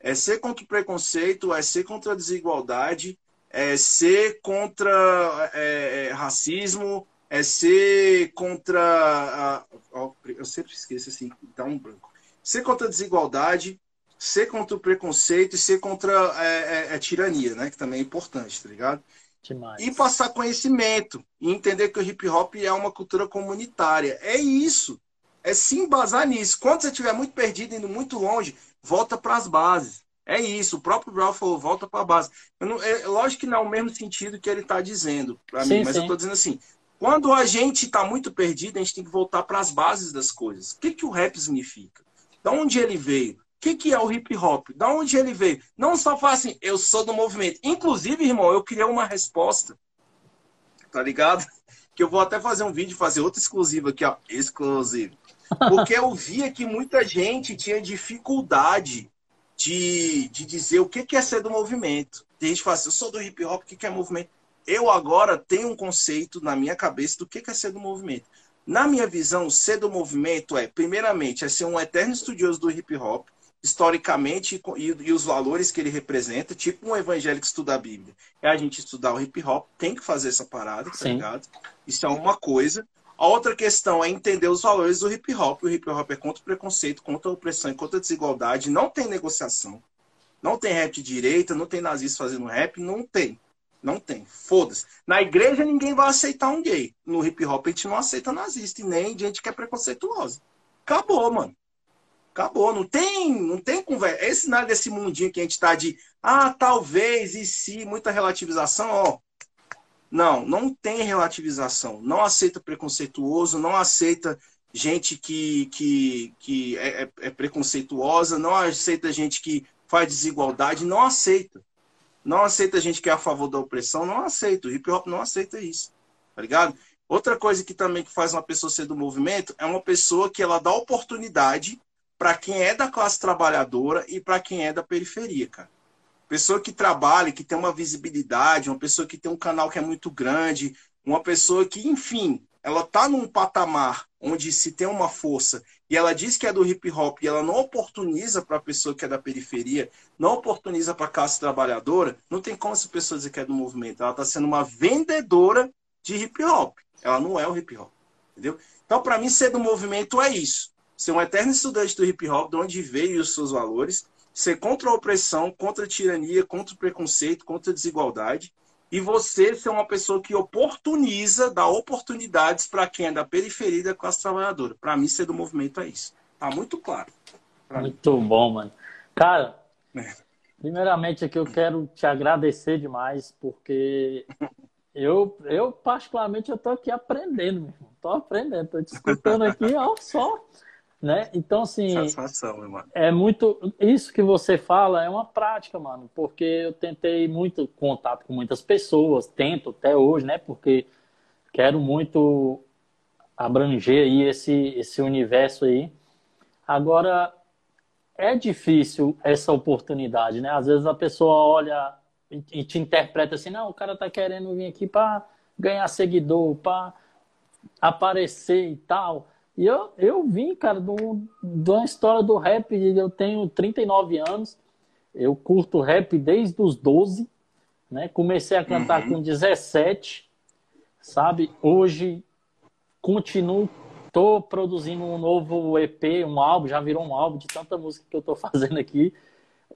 B: É ser contra o preconceito, é ser contra a desigualdade, é ser contra é, é, racismo, é ser contra. A, ó, eu sempre esqueço assim, dá um branco. Ser contra a desigualdade, ser contra o preconceito e ser contra é, é, a tirania, né? Que também é importante, tá ligado?
A: Demais.
B: E passar conhecimento e entender que o hip hop é uma cultura comunitária. É isso. É se embasar nisso. Quando você estiver muito perdido, indo muito longe, volta para as bases. É isso. O próprio Brown falou, volta para a base. Não, é, lógico que não é o mesmo sentido que ele está dizendo para mim, mas sim. eu estou dizendo assim. Quando a gente está muito perdido, a gente tem que voltar para as bases das coisas. O que, que o rap significa? Da onde ele veio? O que, que, é o hip hop? Da onde ele veio? Não só fala assim, eu sou do movimento. Inclusive, irmão, eu criei uma resposta. Tá ligado? Que eu vou até fazer um vídeo, fazer outro exclusivo aqui, ó. Exclusivo. Porque eu via que muita gente tinha dificuldade de, de dizer o que, que é ser do movimento. Tem gente que fala assim, eu sou do hip hop, o que, que é movimento? Eu agora tenho um conceito na minha cabeça do que, que é ser do movimento. Na minha visão, ser do movimento é, primeiramente, é ser um eterno estudioso do hip hop, historicamente e, os valores que ele representa, tipo um evangélico estuda a Bíblia. É a gente estudar o hip hop, tem que fazer essa parada, Sim. tá ligado? Isso é uma coisa. A outra questão é entender os valores do hip hop. O hip hop é contra o preconceito, contra a opressão e contra a desigualdade. Não tem negociação. Não tem rap de direita, não tem nazista fazendo rap, não tem. Não tem. Foda-se. Na igreja ninguém vai aceitar um gay. No hip hop a gente não aceita nazista e nem gente que é preconceituosa. Acabou, mano. Acabou, não tem, não tem conversa. Esse nada desse mundinho que a gente está de ah, talvez e se, muita relativização, ó. Não, não tem relativização. Não aceita preconceituoso, não aceita gente que, que, que é, é, é preconceituosa, não aceita gente que faz desigualdade, não aceita. Não aceita gente que é a favor da opressão, não aceita. O hip hop não aceita isso. Tá ligado? Outra coisa que também que faz uma pessoa ser do movimento é uma pessoa que ela dá oportunidade para quem é da classe trabalhadora e para quem é da periferia, cara. Pessoa que trabalha, que tem uma visibilidade, uma pessoa que tem um canal que é muito grande, uma pessoa que, enfim, ela tá num patamar onde se tem uma força e ela diz que é do hip hop e ela não oportuniza para a pessoa que é da periferia, não oportuniza para a classe trabalhadora, não tem como essa pessoa dizer que é do movimento. Ela tá sendo uma vendedora de hip hop. Ela não é o hip hop, entendeu? Então, para mim, ser do movimento é isso ser um eterno estudante do hip hop, de onde veio os seus valores, ser contra a opressão, contra a tirania, contra o preconceito, contra a desigualdade, e você ser uma pessoa que oportuniza, dá oportunidades para quem é da periferia e da classe trabalhadora. Para mim, ser do movimento é isso. Tá muito claro.
A: muito mim. bom, mano. Cara, é. primeiramente aqui eu quero te agradecer demais, porque eu, eu particularmente, eu tô aqui aprendendo, meu irmão. Tô aprendendo, tô te escutando aqui, ó, só né? Então, assim, é muito isso que você fala é uma prática, mano, porque eu tentei muito contato com muitas pessoas, tento até hoje, né? Porque quero muito abranger aí esse esse universo aí. Agora é difícil essa oportunidade, né? Às vezes a pessoa olha e te interpreta assim, não, o cara tá querendo vir aqui para ganhar seguidor, para aparecer e tal. E eu, eu vim, cara, de, um, de uma história do rap. Eu tenho 39 anos, eu curto rap desde os 12, né? Comecei a cantar
B: Uhum.
A: com 17, sabe? Hoje continuo, tô produzindo um novo EP, um álbum, já virou um álbum de tanta música que eu tô fazendo aqui.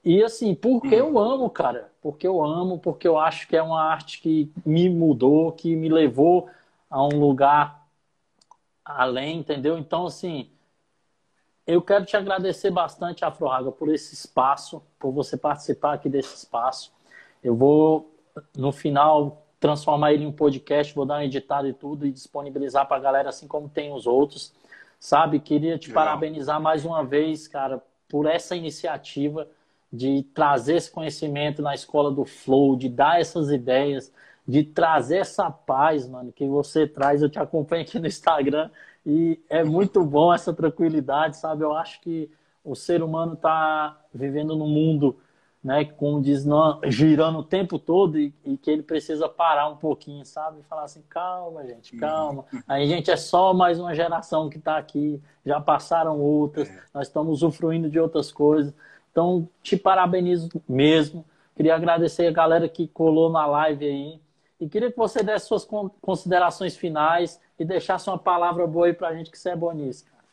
A: E assim, porque eu amo, cara. Porque eu amo, porque eu acho que é uma arte que me mudou, que me levou a um lugar além, entendeu? Então, assim, eu quero te agradecer bastante, Afroaga, por esse espaço, por você participar aqui desse espaço. Eu vou, no final, transformar ele em um podcast, vou dar uma editada e tudo e disponibilizar para a galera, assim como tem os outros. Sabe, queria te
B: Legal.
A: parabenizar mais uma vez, cara, por essa iniciativa de trazer esse conhecimento na escola do Flow, de dar essas ideias, de trazer essa paz, mano, que você traz. Eu te acompanho aqui no Instagram e é muito bom essa tranquilidade, sabe? Eu acho que o ser humano está vivendo num mundo, né, como diz, não- girando o tempo todo e, e que ele precisa parar um pouquinho, sabe? E falar assim, calma, gente, calma. A gente é só mais uma geração que está aqui, já passaram outras, nós estamos usufruindo de outras coisas. Então, te parabenizo mesmo. Queria agradecer a galera que colou na live aí. E queria que você desse suas con- considerações finais e deixasse uma palavra boa aí pra gente que você é bom nisso, cara.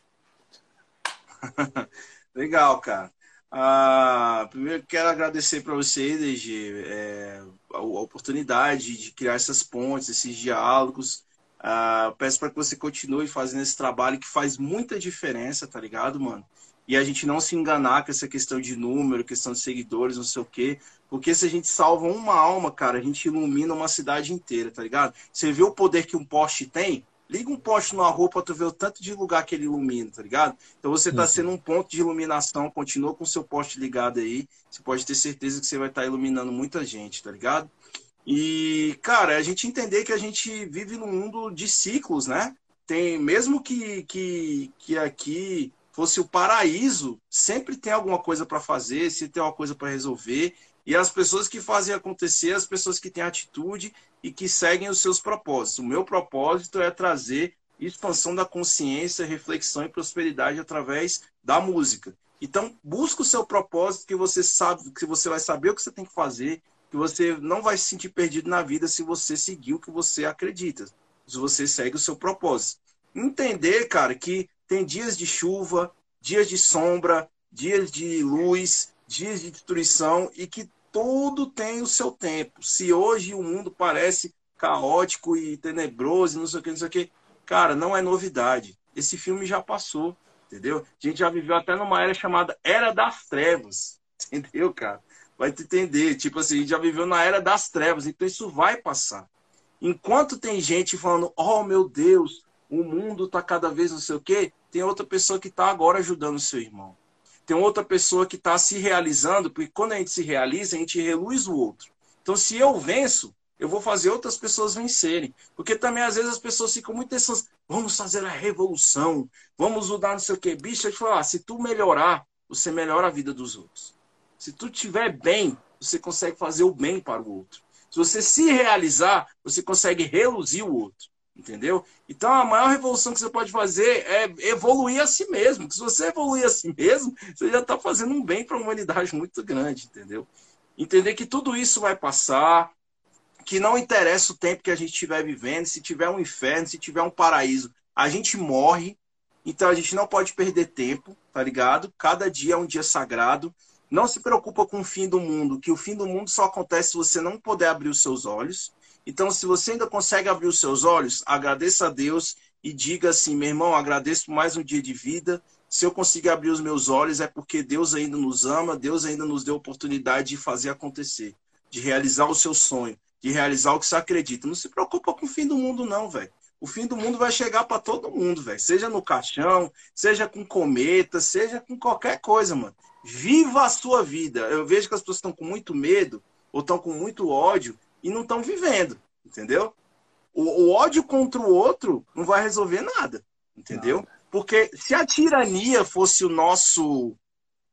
B: Legal, cara. Ah, primeiro quero agradecer para você, DG, é, a, a oportunidade de criar essas pontes, esses diálogos. Ah, peço para que você continue fazendo esse trabalho que faz muita diferença, tá ligado, mano? E a gente não se enganar com essa questão de número, questão de seguidores, não sei o quê. Porque se a gente salva uma alma, cara, a gente ilumina uma cidade inteira, tá ligado? Você vê o poder que um poste tem? Liga um poste numa rua pra tu ver o tanto de lugar que ele ilumina, tá ligado? Então você está
A: Uhum.
B: sendo um ponto de iluminação, continua com o seu poste ligado aí. Você pode ter certeza que você vai estar iluminando muita gente, tá ligado? E, cara, a gente entender que a gente vive num mundo de ciclos, né? Tem, mesmo que, que, que aqui fosse o paraíso, sempre tem alguma coisa para fazer, se tem uma coisa para resolver. E as pessoas que fazem acontecer, as pessoas que têm atitude e que seguem os seus propósitos. O meu propósito é trazer expansão da consciência, reflexão e prosperidade através da música. Então, busca o seu propósito que você sabe, que você vai saber o que você tem que fazer, que você não vai se sentir perdido na vida se você seguir o que você acredita, se você segue o seu propósito. Entender, cara, que tem dias de chuva, dias de sombra, dias de luz, dias de destruição e que tudo tem o seu tempo. Se hoje o mundo parece caótico e tenebroso, e não sei o que, não sei o que, cara, não é novidade. Esse filme já passou, entendeu? A gente já viveu até numa era chamada Era das Trevas, entendeu, cara? vai te entender. Tipo assim, a gente já viveu na era das trevas, então isso vai passar. Enquanto tem gente falando, oh meu Deus, o mundo tá cada vez não sei o quê, tem outra pessoa que tá agora ajudando o seu irmão. Tem outra pessoa que tá se realizando, porque quando a gente se realiza, a gente reluz o outro. Então, se eu venço, eu vou fazer outras pessoas vencerem. Porque também, às vezes, as pessoas ficam muito dessas, vamos fazer a revolução, vamos mudar não sei o quê. Bicho, eu te falar, se tu melhorar, você melhora a vida dos outros. Se tu tiver bem, você consegue fazer o bem para o outro. Se você se realizar, você consegue reluzir o outro. Entendeu? Então a maior revolução que você pode fazer é evoluir a si mesmo. Que se você evoluir a si mesmo, você já está fazendo um bem para a humanidade muito grande, entendeu? Entender que tudo isso vai passar, que não interessa o tempo que a gente estiver vivendo, se tiver um inferno, se tiver um paraíso, a gente morre. Então a gente não pode perder tempo, tá ligado? Cada dia é um dia sagrado. Não se preocupa com o fim do mundo, que o fim do mundo só acontece se você não puder abrir os seus olhos. Então, se você ainda consegue abrir os seus olhos, agradeça a Deus e diga assim: meu irmão, agradeço por mais um dia de vida. Se eu conseguir abrir os meus olhos, é porque Deus ainda nos ama, Deus ainda nos deu a oportunidade de fazer acontecer, de realizar o seu sonho de realizar o que você acredita. Não se preocupa com o fim do mundo, não, velho. O fim do mundo vai chegar para todo mundo, velho. Seja no caixão, seja com cometa, seja com qualquer coisa, mano. Viva a sua vida. Eu vejo que as pessoas estão com muito medo ou estão com muito ódio e não estão vivendo, entendeu? O, o ódio contra o outro não vai resolver nada, entendeu? Porque se a tirania fosse o nosso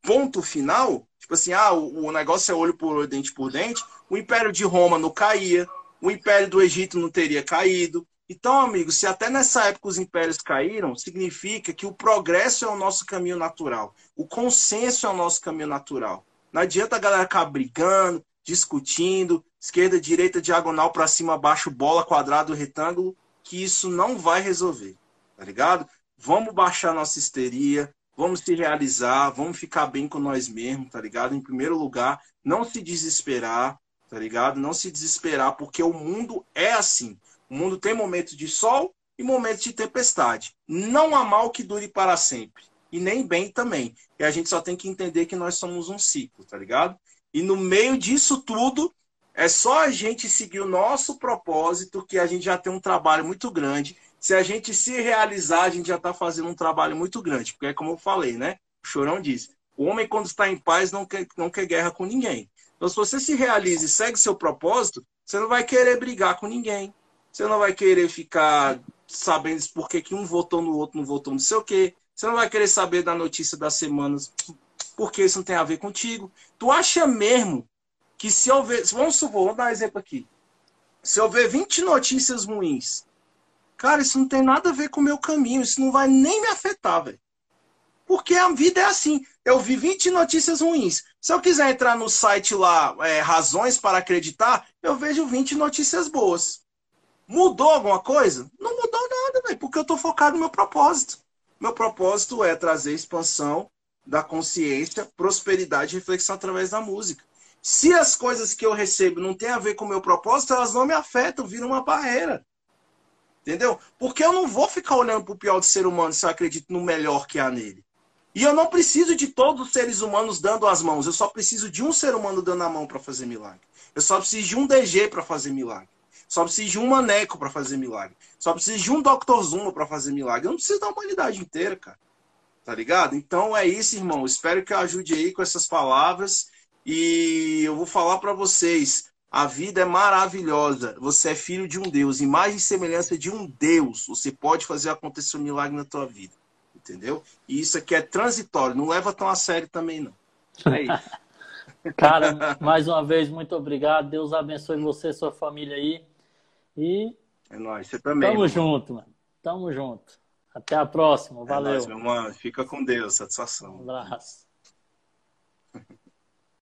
B: ponto final, tipo assim, ah, o, o negócio é olho por olho, dente por dente, o Império de Roma não caía, o Império do Egito não teria caído, Então, amigos, se até nessa época os impérios caíram, significa que o progresso é o nosso caminho natural. O consenso é o nosso caminho natural. Não adianta a galera ficar brigando, discutindo, esquerda, direita, diagonal, para cima, abaixo, bola, quadrado, retângulo, que isso não vai resolver. Tá ligado? Vamos baixar nossa histeria, vamos se realizar, vamos ficar bem com nós mesmos, tá ligado? Em primeiro lugar, não se desesperar, tá ligado? Não se desesperar, porque o mundo é assim. O mundo tem momentos de sol e momentos de tempestade. Não há mal que dure para sempre. E nem bem também. E a gente só tem que entender que nós somos um ciclo, tá ligado? E no meio disso tudo, é só a gente seguir o nosso propósito, que a gente já tem um trabalho muito grande. Se a gente se realizar, a gente já está fazendo um trabalho muito grande. Porque é como eu falei, né? O Chorão diz: o homem, quando está em paz, não quer, não quer guerra com ninguém. Então, se você se realiza e segue seu propósito, você não vai querer brigar com ninguém, você não vai querer ficar sabendo por que, que um votou no outro, não votou não sei o quê. Você não vai querer saber da notícia das semanas, porque isso não tem a ver contigo. Tu acha mesmo que se eu ver. Vamos supor, vou dar um exemplo aqui. Se eu ver 20 notícias ruins, cara, isso não tem nada a ver com o meu caminho, isso não vai nem me afetar, velho. Porque a vida é assim. Eu vi 20 notícias ruins. Se eu quiser entrar no site lá, é, Razões para Acreditar, eu vejo 20 notícias boas. Mudou alguma coisa? Não mudou nada, velho, porque eu tô focado no meu propósito. Meu propósito é trazer expansão da consciência, prosperidade e reflexão através da música. Se as coisas que eu recebo não têm a ver com o meu propósito, elas não me afetam, viram uma barreira. Entendeu? Porque eu não vou ficar olhando pro pior do ser humano se eu acredito no melhor que há nele. E eu não preciso de todos os seres humanos dando as mãos. Eu só preciso de um ser humano dando a mão para fazer milagre. Eu só preciso de um DG para fazer milagre. Só preciso de um maneco para fazer milagre. Só preciso de um Dr. Zuma para fazer milagre. Eu não preciso da humanidade inteira, cara. Tá ligado? Então é isso, irmão. Espero que eu ajude aí com essas palavras. E eu vou falar para vocês: a vida é maravilhosa. Você é filho de um Deus, imagem e semelhança de um Deus. Você pode fazer acontecer um milagre na tua vida. Entendeu? E isso aqui é transitório. Não leva tão a sério também, não. É isso.
A: Cara, mais uma vez, muito obrigado. Deus abençoe você, sua família aí. E.
B: É nóis, você também.
A: Tamo mano. junto, mano. Tamo junto. Até a próxima. Valeu. É nóis,
B: meu mano. Fica com Deus. Satisfação.
A: Um abraço.